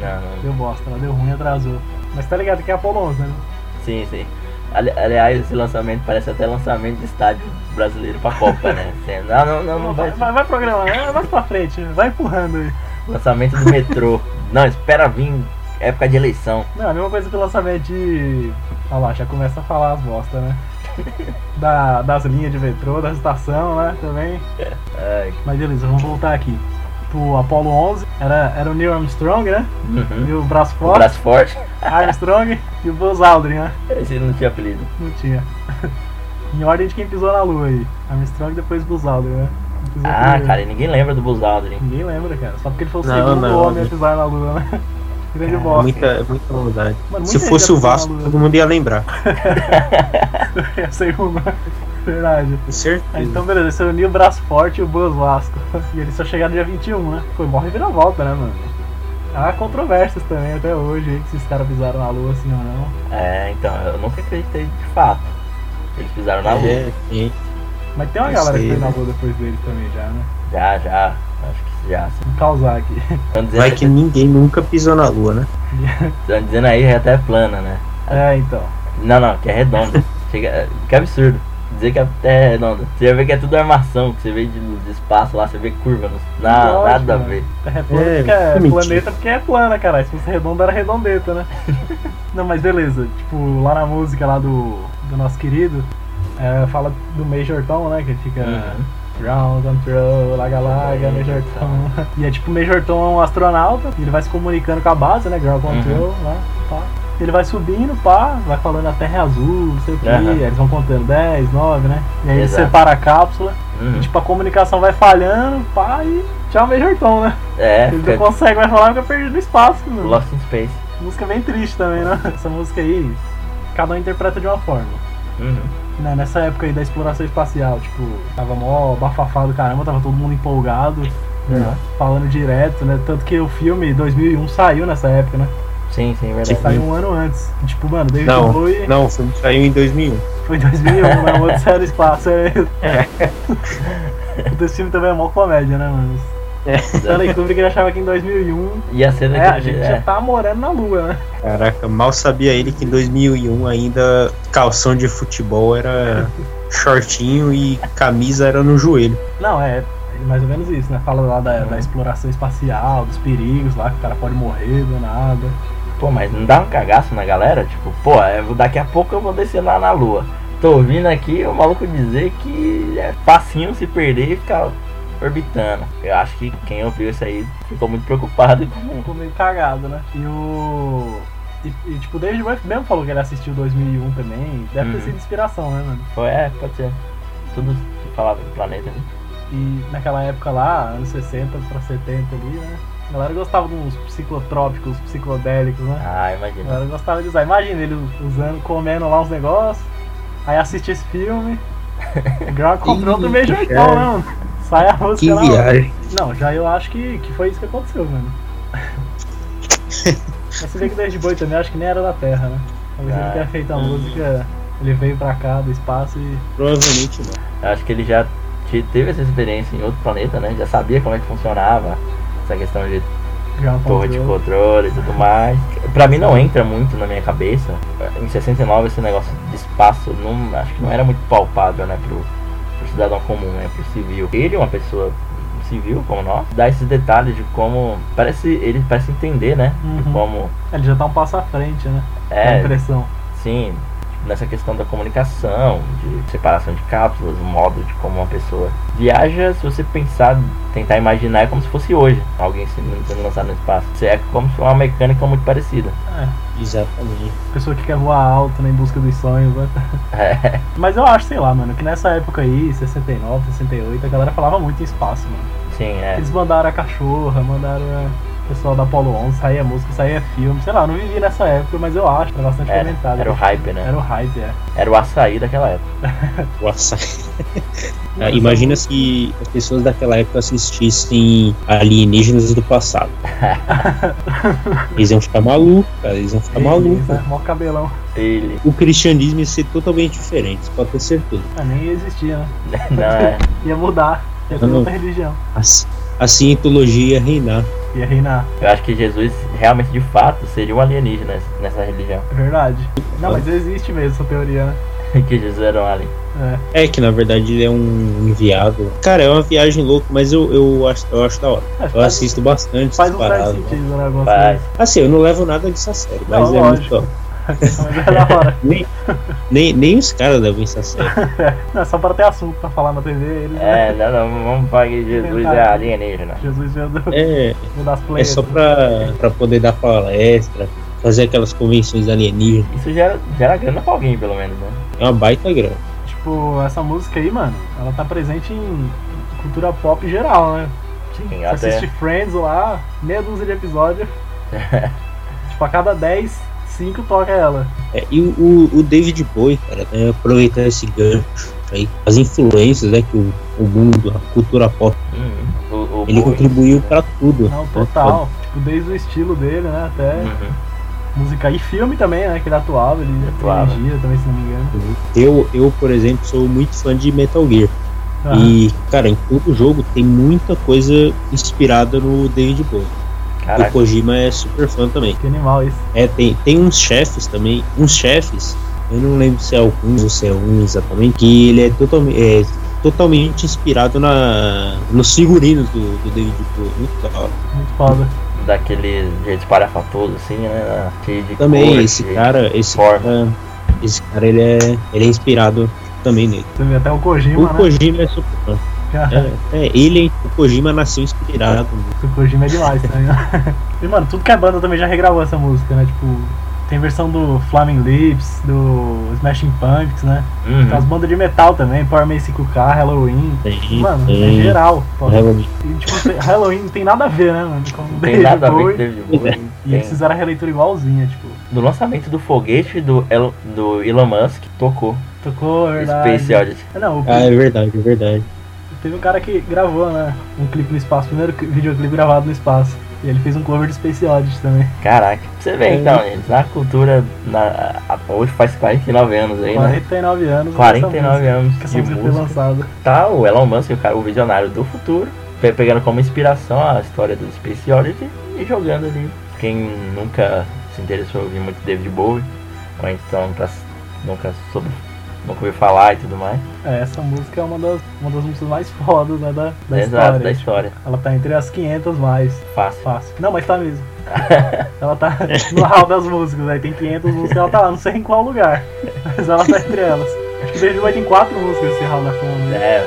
Speaker 1: Não, não.
Speaker 2: Deu bosta, né? Deu ruim, atrasou. Mas tá ligado que é a Apollo 11, né?
Speaker 1: Sim, sim. Ali- aliás, esse lançamento parece até lançamento de estádio brasileiro pra Copa, né? Assim, Não, não, não, não vai.
Speaker 2: Vai, vai, vai programando, é, vai pra frente, vai empurrando aí.
Speaker 1: Lançamento do metrô. Não, espera vir época de eleição.
Speaker 2: Não, a mesma coisa que o lançamento de. Olha lá, já começa a falar as bosta, né? Da, das linhas de metrô, da estação, né? Também.
Speaker 1: Ai,
Speaker 2: Mas beleza, vamos voltar aqui. Pro Apollo 11, era, era o Neil Armstrong, né?
Speaker 1: uhum.
Speaker 2: E o braço
Speaker 1: O
Speaker 2: forte,
Speaker 1: braço forte,
Speaker 2: Armstrong e o Buzz Aldrin, né?
Speaker 1: esse não tinha apelido.
Speaker 2: Não tinha. em ordem de quem pisou na lua aí. Armstrong depois Buzz Aldrin, né? Quem pisou
Speaker 1: Ah,
Speaker 2: primeiro.
Speaker 1: cara, e ninguém lembra do Buzz Aldrin.
Speaker 2: Ninguém lembra, cara. Só porque ele foi o
Speaker 3: Não,
Speaker 2: segundo
Speaker 3: não.
Speaker 2: homem a pisar na lua, né? Grande bosta.
Speaker 3: Muita, é muita maldade.
Speaker 2: Mano,
Speaker 3: Se
Speaker 2: muita gente
Speaker 3: fosse
Speaker 2: já pisou
Speaker 3: o
Speaker 2: na
Speaker 3: Vasco,
Speaker 2: lua,
Speaker 3: todo mundo ia lembrar.
Speaker 2: Eu sei como. é. Verdade.
Speaker 3: Com
Speaker 2: Ah,
Speaker 3: certeza.
Speaker 2: então, beleza, você uniu o braço forte e o Buzz Vasco. E eles só chegaram no dia 21, né? Foi morre vira volta, né, mano? Há controvérsias também até hoje, aí, que esses caras pisaram na lua assim ou não.
Speaker 1: É, então, eu nunca acreditei de fato. Eles pisaram na lua.
Speaker 3: É, sim.
Speaker 2: Mas tem uma
Speaker 3: Eu
Speaker 2: galera que
Speaker 3: sei,
Speaker 2: foi na
Speaker 3: né?
Speaker 2: lua depois deles também já, né?
Speaker 1: Já, já. Acho que Já.
Speaker 2: Vou causar aqui.
Speaker 1: Estão dizendo,
Speaker 3: Vai que ninguém nunca pisou na lua, né?
Speaker 1: tão dizendo aí que a Terra é plana, né?
Speaker 2: É, então.
Speaker 1: Não, não, que é redonda. Chega, que absurdo. Dizer que a Terra é redonda. Você já vê que é tudo armação, que você vê de, de espaço lá, você vê curva. Não, na-
Speaker 2: Lógico,
Speaker 1: nada a
Speaker 2: né?
Speaker 1: ver.
Speaker 2: Terra é plana
Speaker 3: É,
Speaker 2: porque é
Speaker 3: mentira.
Speaker 2: planeta porque é plana, caralho. Se fosse redonda era redondeta, né? Não, mas beleza. Tipo, lá na música lá do, do nosso querido, é, fala do Major Tom, né? Que fica
Speaker 1: Uhum.
Speaker 2: round and throw, laga laga, Major Tom. E é tipo, o Major Tom é um astronauta, e ele vai se comunicando com a base, né? Ground
Speaker 1: Uhum.
Speaker 2: control, lá, pá. Ele vai subindo, pá, vai falando a terra é azul, não sei o que,
Speaker 1: Aham.
Speaker 2: aí eles vão contando 10, 9, né? E aí ele
Speaker 1: Uhum. Exato.
Speaker 2: separa a cápsula,
Speaker 1: Uhum.
Speaker 2: e tipo, a comunicação vai falhando, pá, e tchau, Major Tom, né?
Speaker 1: É,
Speaker 2: Ele
Speaker 1: fica tipo
Speaker 2: não consegue mais falar porque perdido no espaço, mano.
Speaker 1: Lost in Space.
Speaker 2: Música bem triste também, né? Essa música aí, cada um interpreta de uma forma.
Speaker 1: Uhum.
Speaker 2: Né, Nessa época aí da exploração espacial, tipo, tava mó bafafado caramba, tava todo mundo empolgado, né?
Speaker 1: É.
Speaker 2: falando direto, né? Tanto que o filme 2001 saiu nessa época, né?
Speaker 1: Sim, sim, verdade.
Speaker 2: Saiu um ano antes. E, Tipo, mano, David
Speaker 3: Não.
Speaker 2: Bowie
Speaker 3: Não, o filme saiu em 2001.
Speaker 2: foi em 2001, né? O outro saiu do espaço. É. Esse filme também é mó comédia, né, mano?
Speaker 1: É.
Speaker 2: Stanley Kubrick ele achava que em 2001
Speaker 1: E a cena
Speaker 2: é, a
Speaker 1: que
Speaker 2: gente já
Speaker 1: é,
Speaker 2: tá morando na lua, né?
Speaker 3: Caraca, mal sabia ele que em 2001 ainda calção de futebol era shortinho e camisa era no joelho.
Speaker 2: Não, é mais ou menos isso, né? Fala lá da,
Speaker 3: Uhum.
Speaker 2: da exploração espacial, dos perigos lá, que o cara pode morrer do nada.
Speaker 1: Pô, mas não dá um cagaço na galera? Tipo, pô, é, daqui a pouco eu vou descer lá na lua. Tô ouvindo aqui o maluco dizer que é facinho se perder e ficar orbitando. Eu acho que quem ouviu isso aí ficou muito preocupado com.
Speaker 2: Ficou meio cagado, né? E o. E, e, tipo, o David Ruff mesmo falou que ele assistiu 2001 também. Deve ter
Speaker 1: Uhum.
Speaker 2: sido inspiração, né, mano?
Speaker 1: Pô, é, pode ser. Tudo que falava do planeta, né?
Speaker 2: E naquela época lá, anos 60 pra 70 ali, né? A galera gostava de uns psicotrópicos, psicodélicos, né?
Speaker 1: Ah,
Speaker 2: A
Speaker 1: imagina.
Speaker 2: galera gostava de usar. Imagina ele usando, comendo lá uns negócios, aí assiste esse filme, grava comprou outro
Speaker 3: Ih,
Speaker 2: meio
Speaker 3: cara.
Speaker 2: jortão, né, mano? Sai a música
Speaker 3: Que
Speaker 2: na hora.
Speaker 3: viagem.
Speaker 2: Não, já eu acho que, que foi isso que aconteceu, mano. Mas você vê que o David Bowie também acho que nem era da Terra, né? Talvez ele
Speaker 1: Ah,
Speaker 2: tenha feito a música, ele veio pra cá do espaço e.
Speaker 3: Provavelmente não.
Speaker 1: Eu acho que ele já te- teve essa experiência em outro planeta, né? Já sabia como é que funcionava essa questão de
Speaker 2: Ground
Speaker 1: torre de
Speaker 2: control.
Speaker 1: controle e tudo mais. Pra mim não entra muito na minha cabeça. Em 69 esse negócio de espaço não, acho que não era muito palpável, né, pro, pro cidadão comum, né, pro civil. Ele é uma pessoa civil como nós, dá esses detalhes de como parece ele parece entender, né, de
Speaker 2: Uhum.
Speaker 1: como
Speaker 2: Ele já tá um passo à frente, né? Dá a
Speaker 1: é,
Speaker 2: impressão.
Speaker 1: sim, tipo, nessa questão da comunicação, de separação de cápsulas, o modo de como uma pessoa viaja, se você pensar, tentar imaginar, é como se fosse hoje, alguém sendo sendo lançado no espaço. Isso É como se fosse uma mecânica muito parecida.
Speaker 2: É,
Speaker 3: Exatamente.
Speaker 2: pessoa que quer voar alto, né, em busca dos sonhos, né?
Speaker 1: É,
Speaker 2: Mas eu acho, sei lá, mano, que nessa época aí, 69, 68, a galera falava muito em espaço, mano.
Speaker 1: sim, é.
Speaker 2: Eles mandaram a cachorra, mandaram a- o pessoal da Apollo 11, saía música, saía filme, sei lá, eu não vivi nessa época, mas eu acho, era bastante
Speaker 1: Era,
Speaker 2: comentado.
Speaker 1: É, era o hype, né?
Speaker 2: Era o hype, é.
Speaker 1: Era o açaí daquela época.
Speaker 3: Nossa. Ah, Imagina se as pessoas daquela época assistissem alienígenas do passado. Eles iam ficar malucos, cara. Eles iam
Speaker 2: É,
Speaker 3: ficar malucos.
Speaker 2: Beleza, né, Mó cabelão.
Speaker 1: Ele.
Speaker 3: O cristianismo ia ser totalmente diferente, pode ter certeza.
Speaker 2: Ah, nem existia, né?
Speaker 1: Não, é.
Speaker 2: Ia mudar. Ia ter
Speaker 3: Não.
Speaker 2: outra religião.
Speaker 3: A, Assim, a cientologia ia reinar.
Speaker 2: Ia reinar.
Speaker 1: Eu acho que Jesus realmente, de fato, seria um alienígena nessa- nessa religião.
Speaker 2: É verdade. Não, mas existe mesmo essa teoria, né?
Speaker 1: que Jesus era um alien.
Speaker 2: É.
Speaker 3: É que na verdade ele é um enviado. Cara, é uma viagem louca, mas eu, eu, acho, eu acho da hora.
Speaker 2: Acho
Speaker 3: Eu assisto bastante
Speaker 2: É, Faz
Speaker 3: essas
Speaker 2: um certo
Speaker 3: paradas.
Speaker 2: sentido o negócio.
Speaker 1: Mas,
Speaker 2: né?
Speaker 3: Assim, eu não levo nada disso a sério, mas
Speaker 2: Não,
Speaker 3: é muito
Speaker 2: lógico.
Speaker 3: top.
Speaker 2: Mas é da hora.
Speaker 3: Nem, nem, nem os caras levam isso a sério.
Speaker 2: Não, é só pra ter assunto pra falar na TV, eles,
Speaker 1: é,
Speaker 2: né?
Speaker 1: não, não, vamos falar que Jesus é alienígena.
Speaker 2: Jesus veio do,
Speaker 3: É,
Speaker 2: veio das
Speaker 3: é
Speaker 2: playas.
Speaker 3: só pra, pra poder dar palestra, fazer aquelas convenções alienígenas.
Speaker 1: Isso gera, gera grana pra alguém, pelo menos, né?
Speaker 3: É uma baita grana.
Speaker 2: Tipo, essa música aí, mano, ela tá presente em cultura pop geral, né?
Speaker 1: Sim,
Speaker 2: Você
Speaker 1: até.
Speaker 2: assiste Friends lá, meia dúzia de episódio. tipo, a cada 10, 5 toca ela.
Speaker 3: É, e o- o, o David Bowie, cara, né, aproveitar esse gancho aí, as influências né, que o, o mundo, a cultura pop,
Speaker 1: Hum, o, o
Speaker 3: ele
Speaker 1: Bowie.
Speaker 3: contribuiu pra tudo.
Speaker 2: Não,
Speaker 3: né?
Speaker 2: total. Tipo, desde o estilo dele, né? Até
Speaker 1: Uhum.
Speaker 2: música e filme também, né? Que ele atuava, ele
Speaker 1: Atuava.
Speaker 2: dirigia também, se não me engano.
Speaker 3: Eu, eu, por exemplo, sou muito fã de Metal Gear.
Speaker 2: Aham.
Speaker 3: E, cara, em todo jogo tem muita coisa inspirada no David Bowie. O
Speaker 1: Caraca,
Speaker 3: Kojima é super fã também.
Speaker 2: Ah, Que animal isso.
Speaker 3: É, tem, tem uns chefes também, uns chefes, eu não lembro se é alguns ou se é um exatamente, que ele é, totalme- é totalmente inspirado na, nos figurinos do, do David Bowie. né? Muito da hora.
Speaker 2: Muito foda.
Speaker 1: daquele jeito espalhafatoso assim, né? Cheio de
Speaker 3: Também
Speaker 1: cor,
Speaker 3: esse
Speaker 1: cheio-
Speaker 3: cara, esse
Speaker 1: forma.
Speaker 3: cara, esse cara ele é, ele é inspirado também nele.
Speaker 2: Você vê até o Kojima,
Speaker 3: O
Speaker 2: né?
Speaker 3: Kojima é super fã.
Speaker 2: Cara,
Speaker 3: É, é, ele, o Kojima nasceu inspirado. né?
Speaker 2: O Kojima é demais também, né? E, mano, tudo que é banda também já regravou essa música, né? Tipo, tem versão do Flaming Lips, do Smashing Punks, né? Tem as
Speaker 1: Uhum.
Speaker 2: bandas de metal também, Power Man 5K, Halloween.
Speaker 3: Tem,
Speaker 2: Mano, em
Speaker 3: tem,
Speaker 2: geral. pô.
Speaker 3: realmente.
Speaker 2: E, tipo, tem- Halloween não tem nada a ver, né, mano? Com
Speaker 1: Uhum. Não tem nada a ver com
Speaker 2: Bowie.
Speaker 1: David Bowie.
Speaker 2: E eles
Speaker 1: Tem-
Speaker 2: fizeram a releitura igualzinha, tipo.
Speaker 1: No lançamento do foguete do, El- do Elon Musk, tocou
Speaker 2: Tocou, é verdade.
Speaker 1: Space Oddity.
Speaker 2: Não, o-
Speaker 3: Ah, é verdade, é verdade.
Speaker 2: teve um cara que gravou, né? Um clipe no espaço, primeiro cli- videoclipe gravado no espaço. E ele fez um cover de Space Oddity também.
Speaker 1: Caraca, pra você vê então, gente, na cultura, na, a- hoje faz 49 anos aí, né?
Speaker 2: 49 anos.
Speaker 1: 49 anos
Speaker 2: Que essa
Speaker 1: de
Speaker 2: música foi
Speaker 1: música.
Speaker 2: lançada.
Speaker 1: Tá, o Elon Musk, o, cara, o visionário do futuro, pe- pegando como inspiração a história do Space Oddity e jogando ali. Quem nunca se interessou em ouvir muito David Bowie, ou então nunca, nunca soube, nunca ouviu falar e tudo mais,
Speaker 2: É, essa música é uma das, uma das músicas mais fodas, né, da, da
Speaker 1: exato,
Speaker 2: história.
Speaker 1: é da história,
Speaker 2: Ela tá entre as 500 mais
Speaker 1: fácil.
Speaker 2: fácil. Não, mas tá mesmo. ela tá no hall das músicas, aí tem 500 músicas, ela tá lá, não sei em qual lugar. Mas ela tá entre elas. Acho que desde vai ter quatro músicas esse hall da fama. né?
Speaker 1: É,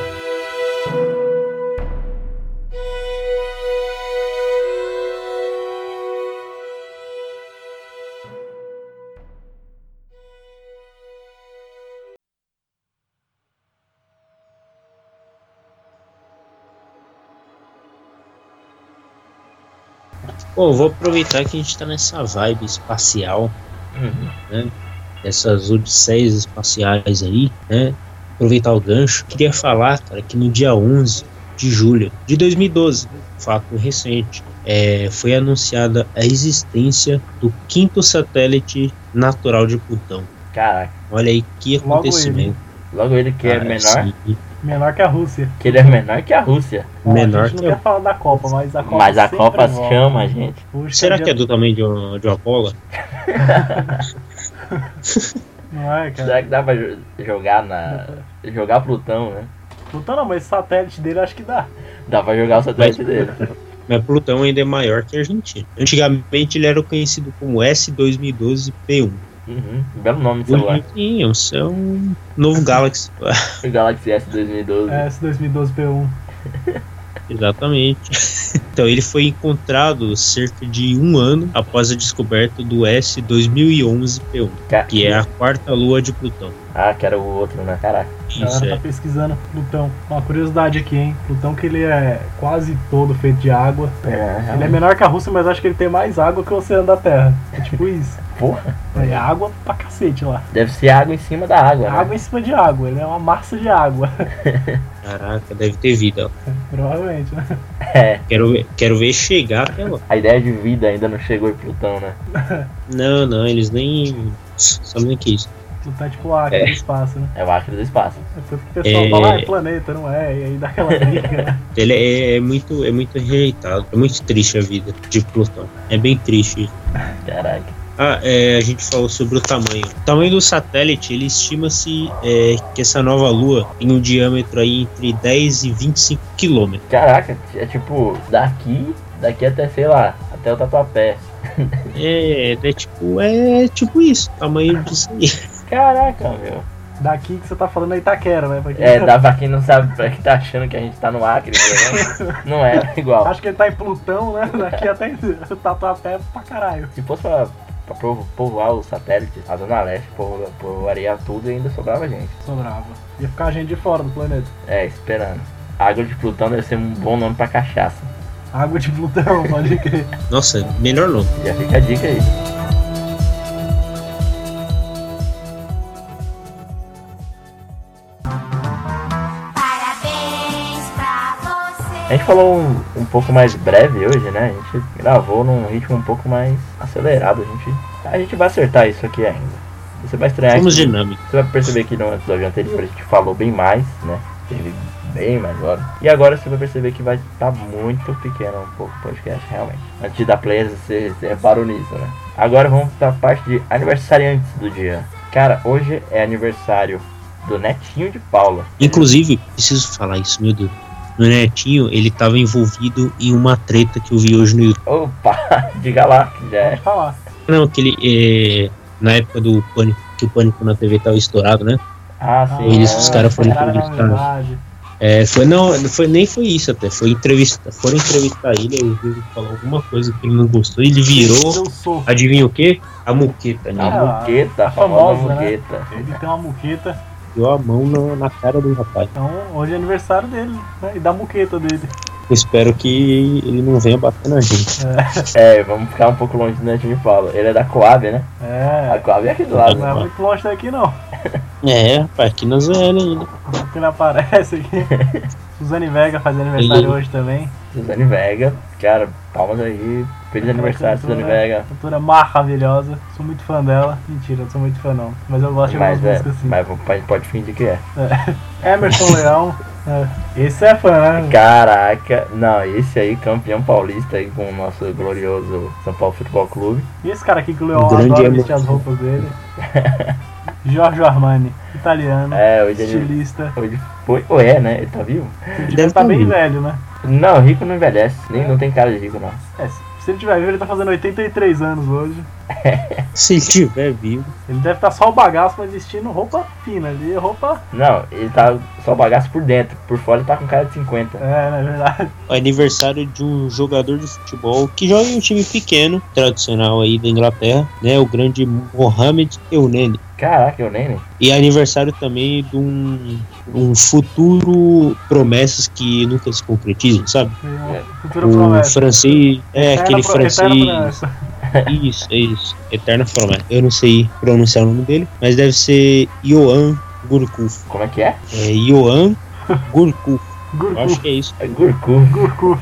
Speaker 3: Pô, vou aproveitar que a gente tá nessa vibe espacial.
Speaker 1: uhum.
Speaker 3: essas odisseias espaciais aí, né? Aproveitar o gancho, queria falar, cara, que no dia 11 de julho de 2012, fato recente, é, foi anunciada a existência do quinto satélite natural de Plutão.
Speaker 1: caraca.
Speaker 3: Olha aí que
Speaker 2: Logo
Speaker 3: acontecimento.
Speaker 1: Logo ele que é
Speaker 3: cara,
Speaker 1: menor,
Speaker 3: assim,
Speaker 2: Menor que a Rússia.
Speaker 1: que ele é menor que a Rússia.
Speaker 2: Bom, a
Speaker 3: menor
Speaker 2: gente
Speaker 3: que
Speaker 2: não
Speaker 3: eu.
Speaker 2: quer falar da Copa, mas a Copa
Speaker 1: Mas a
Speaker 2: sempre é
Speaker 1: Copa
Speaker 2: volta.
Speaker 1: chama a gente.
Speaker 2: Puxa,
Speaker 3: Será que é
Speaker 2: dia-
Speaker 3: do tamanho de uma, de uma bola?
Speaker 2: Não é, cara.
Speaker 1: Será que dá pra jo- jogar na. jogar Plutão, né?
Speaker 2: Plutão não, mas esse satélite dele eu acho que dá.
Speaker 1: Dá pra jogar o satélite
Speaker 3: Mas-
Speaker 1: dele.
Speaker 3: Mas Plutão ainda é maior que a Argentina. Antigamente ele era conhecido como S2012P1.
Speaker 1: Uhum. Belo nome de celular.
Speaker 3: Hoje um. sim, isso é um novo Galaxy.
Speaker 1: Galaxy S 2012.
Speaker 2: É, esse 2012 P1.
Speaker 3: Exatamente. Então, ele foi encontrado cerca de um ano após a descoberta do S-2011-P1,
Speaker 1: Ca-
Speaker 3: que é a quarta lua de Plutão.
Speaker 1: Ah, que era o outro, né? Caraca.
Speaker 2: A
Speaker 3: Isso
Speaker 2: galera
Speaker 3: é.
Speaker 2: tá pesquisando Plutão. Uma curiosidade aqui, hein? Plutão que ele é quase todo feito de água. Ele é menor que a Rússia, mas acho que ele tem mais água que o oceano da Terra. É tipo isso.
Speaker 1: Porra.
Speaker 2: É água pra cacete lá.
Speaker 1: Deve ser água em cima da
Speaker 3: É.
Speaker 1: água, né?
Speaker 2: Água em cima de água. Ele é uma massa de água.
Speaker 3: Caraca, deve ter vida. ó.
Speaker 2: Provavelmente, né?
Speaker 1: É.
Speaker 3: Quero ver, quero ver chegar até lá.
Speaker 1: A ideia de vida ainda não chegou em Plutão, né?
Speaker 3: Não, não, eles nem sabem o que é isso.
Speaker 2: Plutão é tipo água
Speaker 3: É.
Speaker 2: do espaço, né?
Speaker 1: É o Acre do Espaço.
Speaker 2: É tanto que o pessoal
Speaker 3: É.
Speaker 2: fala, ah, é planeta, não é? E aí dá aquela briga. né?
Speaker 3: Ele é, é muito, é muito rejeitado. É muito triste a vida de Plutão. É bem triste.
Speaker 1: Caraca.
Speaker 3: Ah, é, a gente falou sobre o tamanho. O tamanho do satélite, ele estima-se é, que essa nova lua tem um diâmetro aí entre 10 e 25 quilômetros.
Speaker 1: Caraca, é tipo, daqui, daqui até, sei lá, até o tatuapé.
Speaker 3: É, é tipo, é tipo isso, tamanho disso aí.
Speaker 1: Caraca, meu.
Speaker 2: Daqui que você tá falando é Itaquera, né? Pra quem-
Speaker 1: É, dá pra quem não sabe, pra quem tá achando que a gente tá no Acre, né? não é igual.
Speaker 2: Acho que ele tá em Plutão, né? Daqui até Tatuapé pra caralho.
Speaker 1: Se fosse pra, pra povo- povoar o satélite, a Zona Leste povo- povoaria tudo e ainda sobrava gente.
Speaker 2: Sobrava. Ia ficar a gente de fora do planeta.
Speaker 1: É, esperando. Água de Plutão deve ser um bom nome pra cachaça.
Speaker 2: Água de Plutão, pode crer.
Speaker 3: Nossa, melhor não.
Speaker 1: Já fica a dica aí.
Speaker 4: Parabéns pra você.
Speaker 1: A gente falou um, um pouco mais breve hoje, né? A gente gravou num ritmo um pouco mais acelerado. A gente, a gente vai acertar isso aqui ainda. Você vai estranhar
Speaker 3: Somos
Speaker 1: que-
Speaker 3: dinâmicos.
Speaker 1: Você vai perceber que no episódio anterior a gente falou bem mais, né? Teve Bem mais hora. E agora você vai perceber que vai estar muito pequeno um pouco o podcast, realmente. Antes de dar play, você, você reparou nisso, né? Agora vamos pra parte de aniversariantes do dia. Cara, hoje é aniversário do netinho de Paula.
Speaker 3: Inclusive, preciso falar isso, meu Deus. Meu netinho, ele tava envolvido em uma treta que eu vi hoje no YouTube.
Speaker 1: Opa, diga lá, que já é.
Speaker 2: Pode falar.
Speaker 3: Não, aquele. É, na época do pânico, que o pânico na TV tava estourado, né?
Speaker 1: Ah, sim.
Speaker 3: Eles-
Speaker 1: é.
Speaker 3: os caras foram
Speaker 2: Cara, na
Speaker 3: entrevistar.
Speaker 2: verdade,
Speaker 3: É, foi, não, não foi, nem foi isso até. Foi entrevista, foram entrevistar ele, aí eu vi ele falar alguma coisa que ele não gostou. Ele virou,
Speaker 2: Eu sou.
Speaker 3: adivinha o quê? A muqueta, né?
Speaker 1: A muqueta, a
Speaker 2: famosa,
Speaker 1: famosa
Speaker 2: né?
Speaker 1: muqueta.
Speaker 2: Ele tem uma muqueta.
Speaker 3: Deu a mão na, na cara do rapaz.
Speaker 2: Então, hoje é aniversário dele, né? E da muqueta dele.
Speaker 3: Eu espero que ele não venha bater na gente.
Speaker 1: É, vamos ficar um pouco longe do netinho de Paula. Ele é da Coab, né? A
Speaker 2: É.
Speaker 1: Coab é aqui do lado.
Speaker 2: Não é muito longe daqui, não.
Speaker 3: É, né? rapaz, aqui na ZL ainda.
Speaker 2: Que não aparece aqui. Suzane Vega faz aniversário
Speaker 3: Ele-
Speaker 2: hoje também.
Speaker 1: Suzane Vega, cara, palmas aí. Feliz aniversário,
Speaker 2: né?
Speaker 1: Suzane Vega.
Speaker 2: Cantora maravilhosa. Sou muito fã dela. Mentira, não sou muito fã, não. Mas eu gosto de algumas
Speaker 1: Mas é,
Speaker 2: músicas assim.
Speaker 1: mas pode, pode fingir que é.
Speaker 2: É. Emerson Leão. É. Esse é fã, né?
Speaker 1: Caraca, não, esse aí, campeão paulista aí com o nosso glorioso São Paulo Futebol Clube.
Speaker 2: E esse cara aqui que o Leão
Speaker 3: Grande
Speaker 2: adora
Speaker 3: Emerson.
Speaker 2: vestir as roupas dele. Giorgio Armani, italiano,
Speaker 1: É, hoje ele.
Speaker 2: estilista.
Speaker 1: Hoje foi, ou é, né? Ele tá vivo?
Speaker 3: Ele
Speaker 2: Ele tá
Speaker 3: tá
Speaker 2: bem
Speaker 3: vivo.
Speaker 2: velho, né?
Speaker 1: Não, rico não envelhece. Nem não tem cara de rico, não.
Speaker 2: É, se se ele tiver vivo, ele tá fazendo 83 anos hoje.
Speaker 3: Se ele estiver vivo,
Speaker 2: Ele deve estar só o bagaço, mas vestindo roupa fina ali, roupa.
Speaker 1: Não, ele tá só bagaço por dentro. Por fora ele tá com cara de 50.
Speaker 2: É, na verdade.
Speaker 3: é aniversário de um jogador de futebol que joga em um time pequeno, tradicional aí da Inglaterra, né? O grande Mohamed Eunene.
Speaker 1: Caraca, eu nem. nem-
Speaker 3: E é aniversário também de um, um futuro promessas que nunca se concretizam, sabe?
Speaker 2: Tem uma
Speaker 1: É.
Speaker 2: Futura
Speaker 3: O
Speaker 2: promessa.
Speaker 3: francês. É,
Speaker 2: Eterna
Speaker 3: aquele
Speaker 2: pro-
Speaker 3: francês.
Speaker 2: eterna promessa.
Speaker 3: Isso, é isso. Eterna promessa. Eu não sei pronunciar o nome dele, mas deve ser Ioan Gurkuf.
Speaker 1: Como é que é?
Speaker 3: É Ioan Gurkuf. Eu
Speaker 2: Gurku,
Speaker 3: acho que é isso.
Speaker 1: É Gurku.
Speaker 2: Gurku.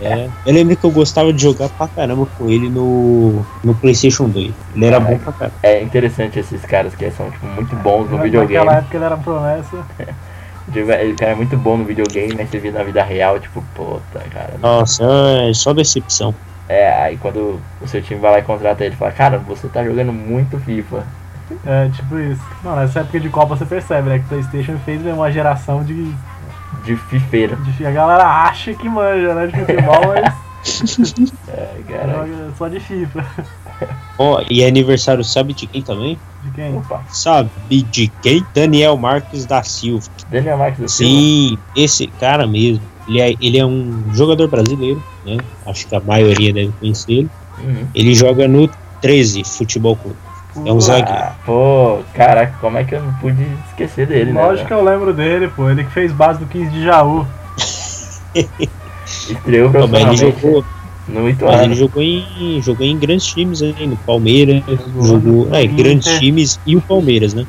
Speaker 3: É. Eu lembro que eu gostava de jogar pra caramba com ele no, no PlayStation 2. Ele era bom pra caramba.
Speaker 1: É interessante esses caras que são tipo, muito bons no
Speaker 2: Naquela
Speaker 1: videogame.
Speaker 2: época ele era promessa.
Speaker 1: Tipo, ele- O cara é muito bom no videogame, mas você vê na vida real, tipo, puta, cara.
Speaker 3: Nossa, é só decepção.
Speaker 1: É, aí quando o seu time vai lá e contrata ele, fala, cara, você tá jogando muito FIFA.
Speaker 2: É, tipo isso. Não, nessa época de Copa você percebe, né? Que o PlayStation fez mesmo uma geração de,
Speaker 1: De fifeira.
Speaker 2: de- A galera acha que manja, né? De futebol, mas
Speaker 1: É, cara.
Speaker 2: joga só de FIFA.
Speaker 3: Ó, e é aniversário, sabe de quem também?
Speaker 2: De quem?
Speaker 1: Opa,
Speaker 3: Sabe de quem? Daniel Marques da Silva.
Speaker 1: Daniel Marques do Silva.
Speaker 3: Sim, esse cara mesmo. Ele é, ele é um jogador brasileiro, né? Acho que a maioria deve conhecer ele.
Speaker 1: Uhum.
Speaker 3: Ele joga no 13 Futebol Clube. É um zagueiro.
Speaker 1: Ah, pô, caraca, como é que eu não pude esquecer dele, né?
Speaker 2: Lógico que
Speaker 1: velho?
Speaker 2: eu lembro dele, pô. Ele que fez base do 15 de Jaú.
Speaker 1: Estreou
Speaker 3: Mas ele
Speaker 1: profissionalmente
Speaker 3: jogou,
Speaker 1: no
Speaker 3: mas ele
Speaker 1: Ituano.
Speaker 3: jogou em, jogou em grandes times aí, no Palmeiras,
Speaker 2: Jogou
Speaker 3: jogou
Speaker 2: no
Speaker 3: é,
Speaker 2: Inter.
Speaker 3: grandes times e o Palmeiras, né?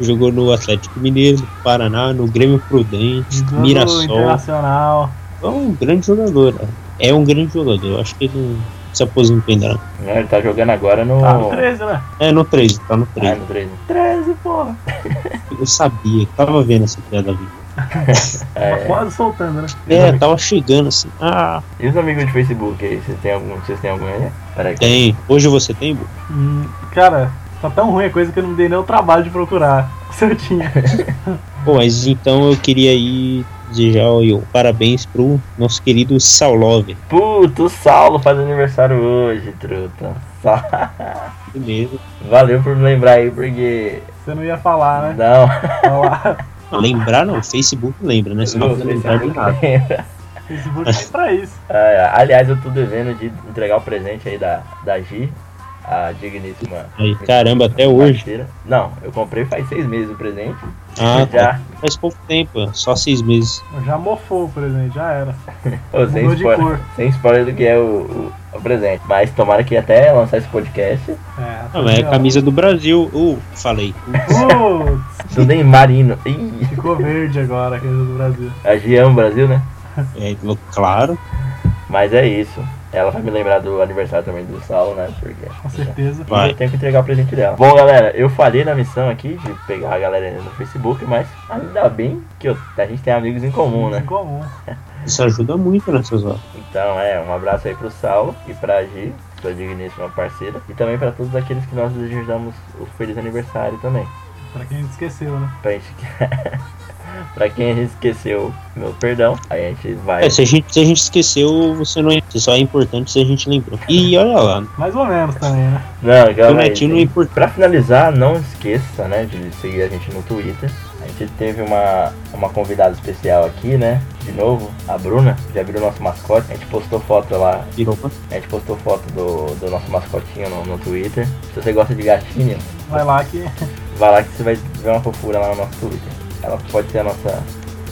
Speaker 2: Jogou
Speaker 3: Jogou no Atlético Mineiro, no Paraná, no Grêmio Prudente,
Speaker 2: no
Speaker 3: Mirassol.
Speaker 2: Internacional.
Speaker 3: É um grande jogador. né? É um grande jogador. Acho que ele não se aposentou ainda. não.
Speaker 1: Né, Ele tá jogando agora no.
Speaker 2: Tá no 13, né?
Speaker 3: É no 13, tá no 13.
Speaker 1: Ah, no 13. 13, porra.
Speaker 3: Eu sabia, tava vendo essa piada viva.
Speaker 2: Tá quase soltando, né?
Speaker 3: É, tava chegando assim. Ah,
Speaker 1: E os amigos de Facebook aí? Vocês têm algum? Vocês têm algum aí? Peraí.
Speaker 3: tem. Hoje você tem? Bu?
Speaker 2: Hum, cara, tá tão ruim a coisa que eu não dei nem o trabalho de procurar. Se eu tinha.
Speaker 3: Bom, mas então eu queria aí desejar o parabéns pro nosso querido Saulove.
Speaker 1: Puto, o Saulo faz aniversário hoje, truta. Sa-
Speaker 3: Ele mesmo.
Speaker 1: Valeu por me lembrar aí, porque.
Speaker 2: Você não ia falar, né?
Speaker 1: Não,
Speaker 2: Tá lá.
Speaker 3: Ah, Lembrar não, o Facebook lembra, né? Você não
Speaker 1: não
Speaker 3: precisa
Speaker 1: sei se
Speaker 3: lembrar de nada.
Speaker 1: lembra.
Speaker 2: Facebook tem pra isso.
Speaker 1: Ah, Aliás, eu tô devendo de entregar o presente aí da, da Gi, a digníssima.
Speaker 3: Aí, caramba, até hoje.
Speaker 1: parceira. Não, eu comprei faz seis meses o presente.
Speaker 3: Ah, tá.
Speaker 1: já.
Speaker 3: Faz pouco tempo, ó, só seis meses.
Speaker 2: Já mofou o presente, já era.
Speaker 1: Ô, sem,
Speaker 2: Mudou de
Speaker 1: spoiler,
Speaker 2: cor.
Speaker 1: sem spoiler do que é o, o- o presente. Mas tomara que até lançar esse podcast.
Speaker 2: É,
Speaker 3: Ah, mas é a camisa do Brasil. Uh, falei.
Speaker 2: Putz,
Speaker 1: Do Neymar Marino. Ih,
Speaker 2: ficou verde agora a camisa do Brasil.
Speaker 1: a Gi ama o Brasil, né?
Speaker 3: É, claro.
Speaker 1: Mas é isso. Ela vai me lembrar do aniversário também do Saulo, né? Porque
Speaker 2: Com certeza.
Speaker 3: Vai.
Speaker 1: eu tenho que entregar o presente dela. Bom, galera, eu falei na missão aqui de pegar a galera no Facebook, mas ainda bem que eu- a gente tem amigos em comum, né?
Speaker 2: Incomum.
Speaker 3: Isso ajuda muito nessas horas.
Speaker 1: Então, é, um abraço aí pro Saulo e pra Gi, sua digníssima parceira, e também pra todos aqueles que nós desejamos o feliz aniversário também.
Speaker 2: Pra quem a gente esqueceu, né?
Speaker 1: Pra gente. pra quem a gente esqueceu, meu perdão, aí a gente vai.
Speaker 3: É, se a, gente, se a gente esqueceu, você não é. você Só é importante se a gente lembrou. E olha lá,
Speaker 2: Mais ou menos também, né?
Speaker 1: Não,
Speaker 3: o
Speaker 1: calma aí,
Speaker 3: netinho não é
Speaker 1: gente.
Speaker 3: importante.
Speaker 1: Pra finalizar, não esqueça, né, de seguir a gente no Twitter. A gente teve uma, uma convidada especial aqui, né? De novo, a Bruna, já virou nosso mascote. A gente postou foto lá
Speaker 3: Virou pra
Speaker 1: A gente postou foto do, do nosso mascotinho no, no Twitter. Se você gosta de gatinho,
Speaker 2: Vai lá que
Speaker 1: vai lá que você vai ver uma fofura lá no nosso Twitter. Ela pode ser a nossa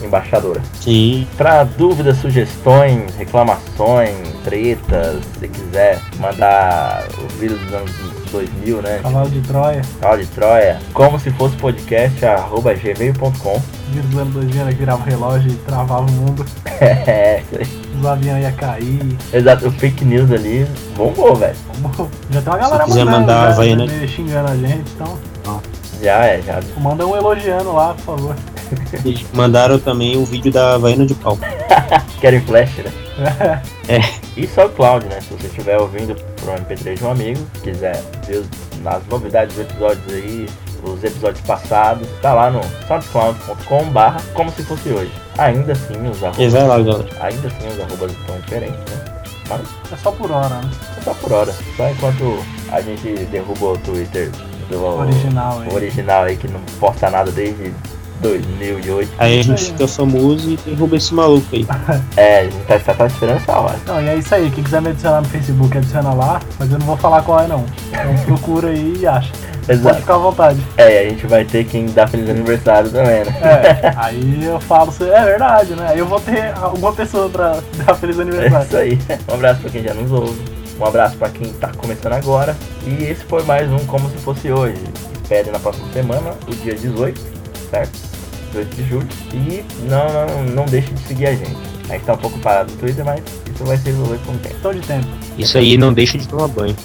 Speaker 1: embaixadora.
Speaker 3: sim.
Speaker 1: Para dúvidas, sugestões, reclamações, tretas, se você quiser mandar o vírus dos anos 2000, né?
Speaker 2: cavalo de Troia,
Speaker 1: Tal de Troia, como se fosse podcast, arroba gmail.com.
Speaker 2: vírus do ano 2000, que virava relógio e travava o mundo,
Speaker 1: É, isso aí.
Speaker 2: os aviões iam cair.
Speaker 1: exato, o fake news ali bombou, velho.
Speaker 2: Como- Já tem uma galera
Speaker 3: quiser mandar né?
Speaker 2: já,
Speaker 3: Havaiana-
Speaker 2: e-mail xingando a gente, então
Speaker 1: Já é, já.
Speaker 2: manda um elogiando lá, por favor.
Speaker 3: Eles Mandaram também o vídeo da Vaina de Pau.
Speaker 1: Querem flash, né?
Speaker 3: É.
Speaker 1: E SoundCloud, né? Se você estiver ouvindo pro MP3 de um amigo, quiser ver os- as novidades dos episódios aí, os episódios passados, tá lá no soundcloud.com barra como se fosse hoje. Ainda assim os
Speaker 3: E
Speaker 1: arrobas.
Speaker 3: vai lá, galera.
Speaker 1: Ainda assim os arrobas estão diferentes, né?
Speaker 2: É só por hora, né?
Speaker 1: Só por hora. Só enquanto a gente derruba o Twitter do
Speaker 2: O original aí.
Speaker 1: o original aí que não posta nada desde 2008.
Speaker 3: Aí a gente fica famoso e derruba esse maluco aí.
Speaker 1: É, a gente tá, tá esperando essa hora.
Speaker 2: Não, e é isso aí. Quem quiser me adicionar no Facebook, adiciona lá. Mas eu não vou falar qual é, não. Então procura aí e acha. Pode
Speaker 1: Exato.
Speaker 2: ficar à vontade.
Speaker 1: É, e a gente vai ter quem dar feliz aniversário também, né?
Speaker 2: É, aí eu falo, se- é verdade, né? Aí Eu vou ter alguma pessoa pra dar feliz
Speaker 1: É isso
Speaker 2: aniversário.
Speaker 1: aí. Um abraço pra quem já nos ouve. Um abraço pra quem tá começando agora. E esse foi mais um Como Se Fosse Hoje. Espere na próxima semana, o dia 18, certo? 18 de julho. E não, não, não deixe de seguir a gente. A gente tá um pouco parado no Twitter, mas isso vai se resolver com o tempo.
Speaker 2: Questão de tempo,
Speaker 3: Isso aí não deixa de tomar banho.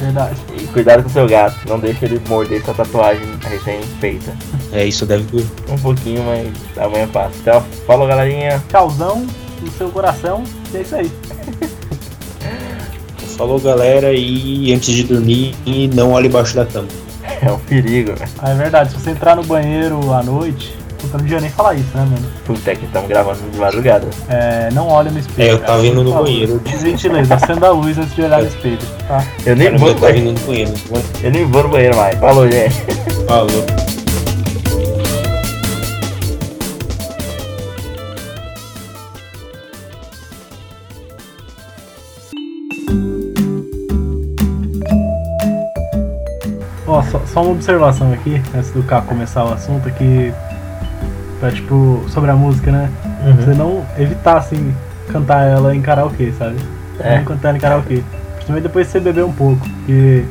Speaker 2: verdade.
Speaker 1: E cuidado com o seu gato. Não deixe ele morder sua tatuagem recém-feita.
Speaker 3: É, isso deve doer.
Speaker 1: Um pouquinho, mas amanhã passa. Então, falou, galerinha.
Speaker 2: Causão no seu coração. E é isso aí.
Speaker 3: Falou, galera, e antes de dormir, não olhe embaixo da cama.
Speaker 1: É um perigo, né?
Speaker 2: Ah, é verdade. Se você entrar no banheiro à noite, puta, não devia nem falar isso, né, mano?
Speaker 1: Puta, é que estamos gravando de madrugada.
Speaker 2: É, não olha no espelho.
Speaker 3: É, eu
Speaker 2: cara,
Speaker 3: tava indo
Speaker 2: por
Speaker 3: no
Speaker 2: favor.
Speaker 3: banheiro. É.
Speaker 2: Gentileza, acenda a luz antes de olhar no espelho, tá?
Speaker 1: Eu nem,
Speaker 3: Caramba,
Speaker 1: vou,
Speaker 3: eu
Speaker 1: no
Speaker 3: tava
Speaker 1: banheiro.
Speaker 3: indo no banheiro.
Speaker 1: eu nem vou no banheiro mais. Falou, gente.
Speaker 3: Falou.
Speaker 2: Ó, só, só uma observação aqui, antes do Caco começar o assunto, aqui tá tipo, sobre a música, né?
Speaker 3: Uhum.
Speaker 2: Você não evitar, assim, cantar ela em karaokê, sabe?
Speaker 1: É.
Speaker 2: Não cantar ela em karaokê. Principalmente depois que você beber um pouco, porque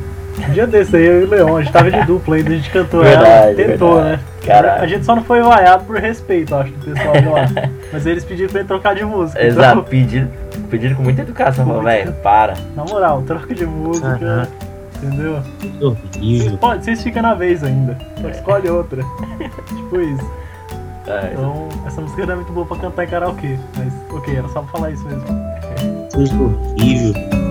Speaker 2: um dia desse aí eu e o Leon, a gente tava de dupla ainda, a gente cantou ela,
Speaker 1: Verdade,
Speaker 2: tentou,
Speaker 1: verdade.
Speaker 2: né?
Speaker 1: Caralho.
Speaker 2: A gente só não foi vaiado por respeito, acho, do pessoal de lá. Mas eles pediram pra ele trocar de música.
Speaker 1: Exato, pediram, pediram com muita educação, falou, velho, para.
Speaker 2: Então, na moral, troca de música,
Speaker 3: Aham.
Speaker 2: entendeu?
Speaker 3: Que é horrível.
Speaker 2: Pode, vocês ficam na vez ainda. Só que escolhe outra. tipo isso.
Speaker 1: Ai,
Speaker 2: Então, essa música não é muito boa pra cantar em karaokê. Mas, ok, era só pra falar isso mesmo.
Speaker 3: Coisa horrível.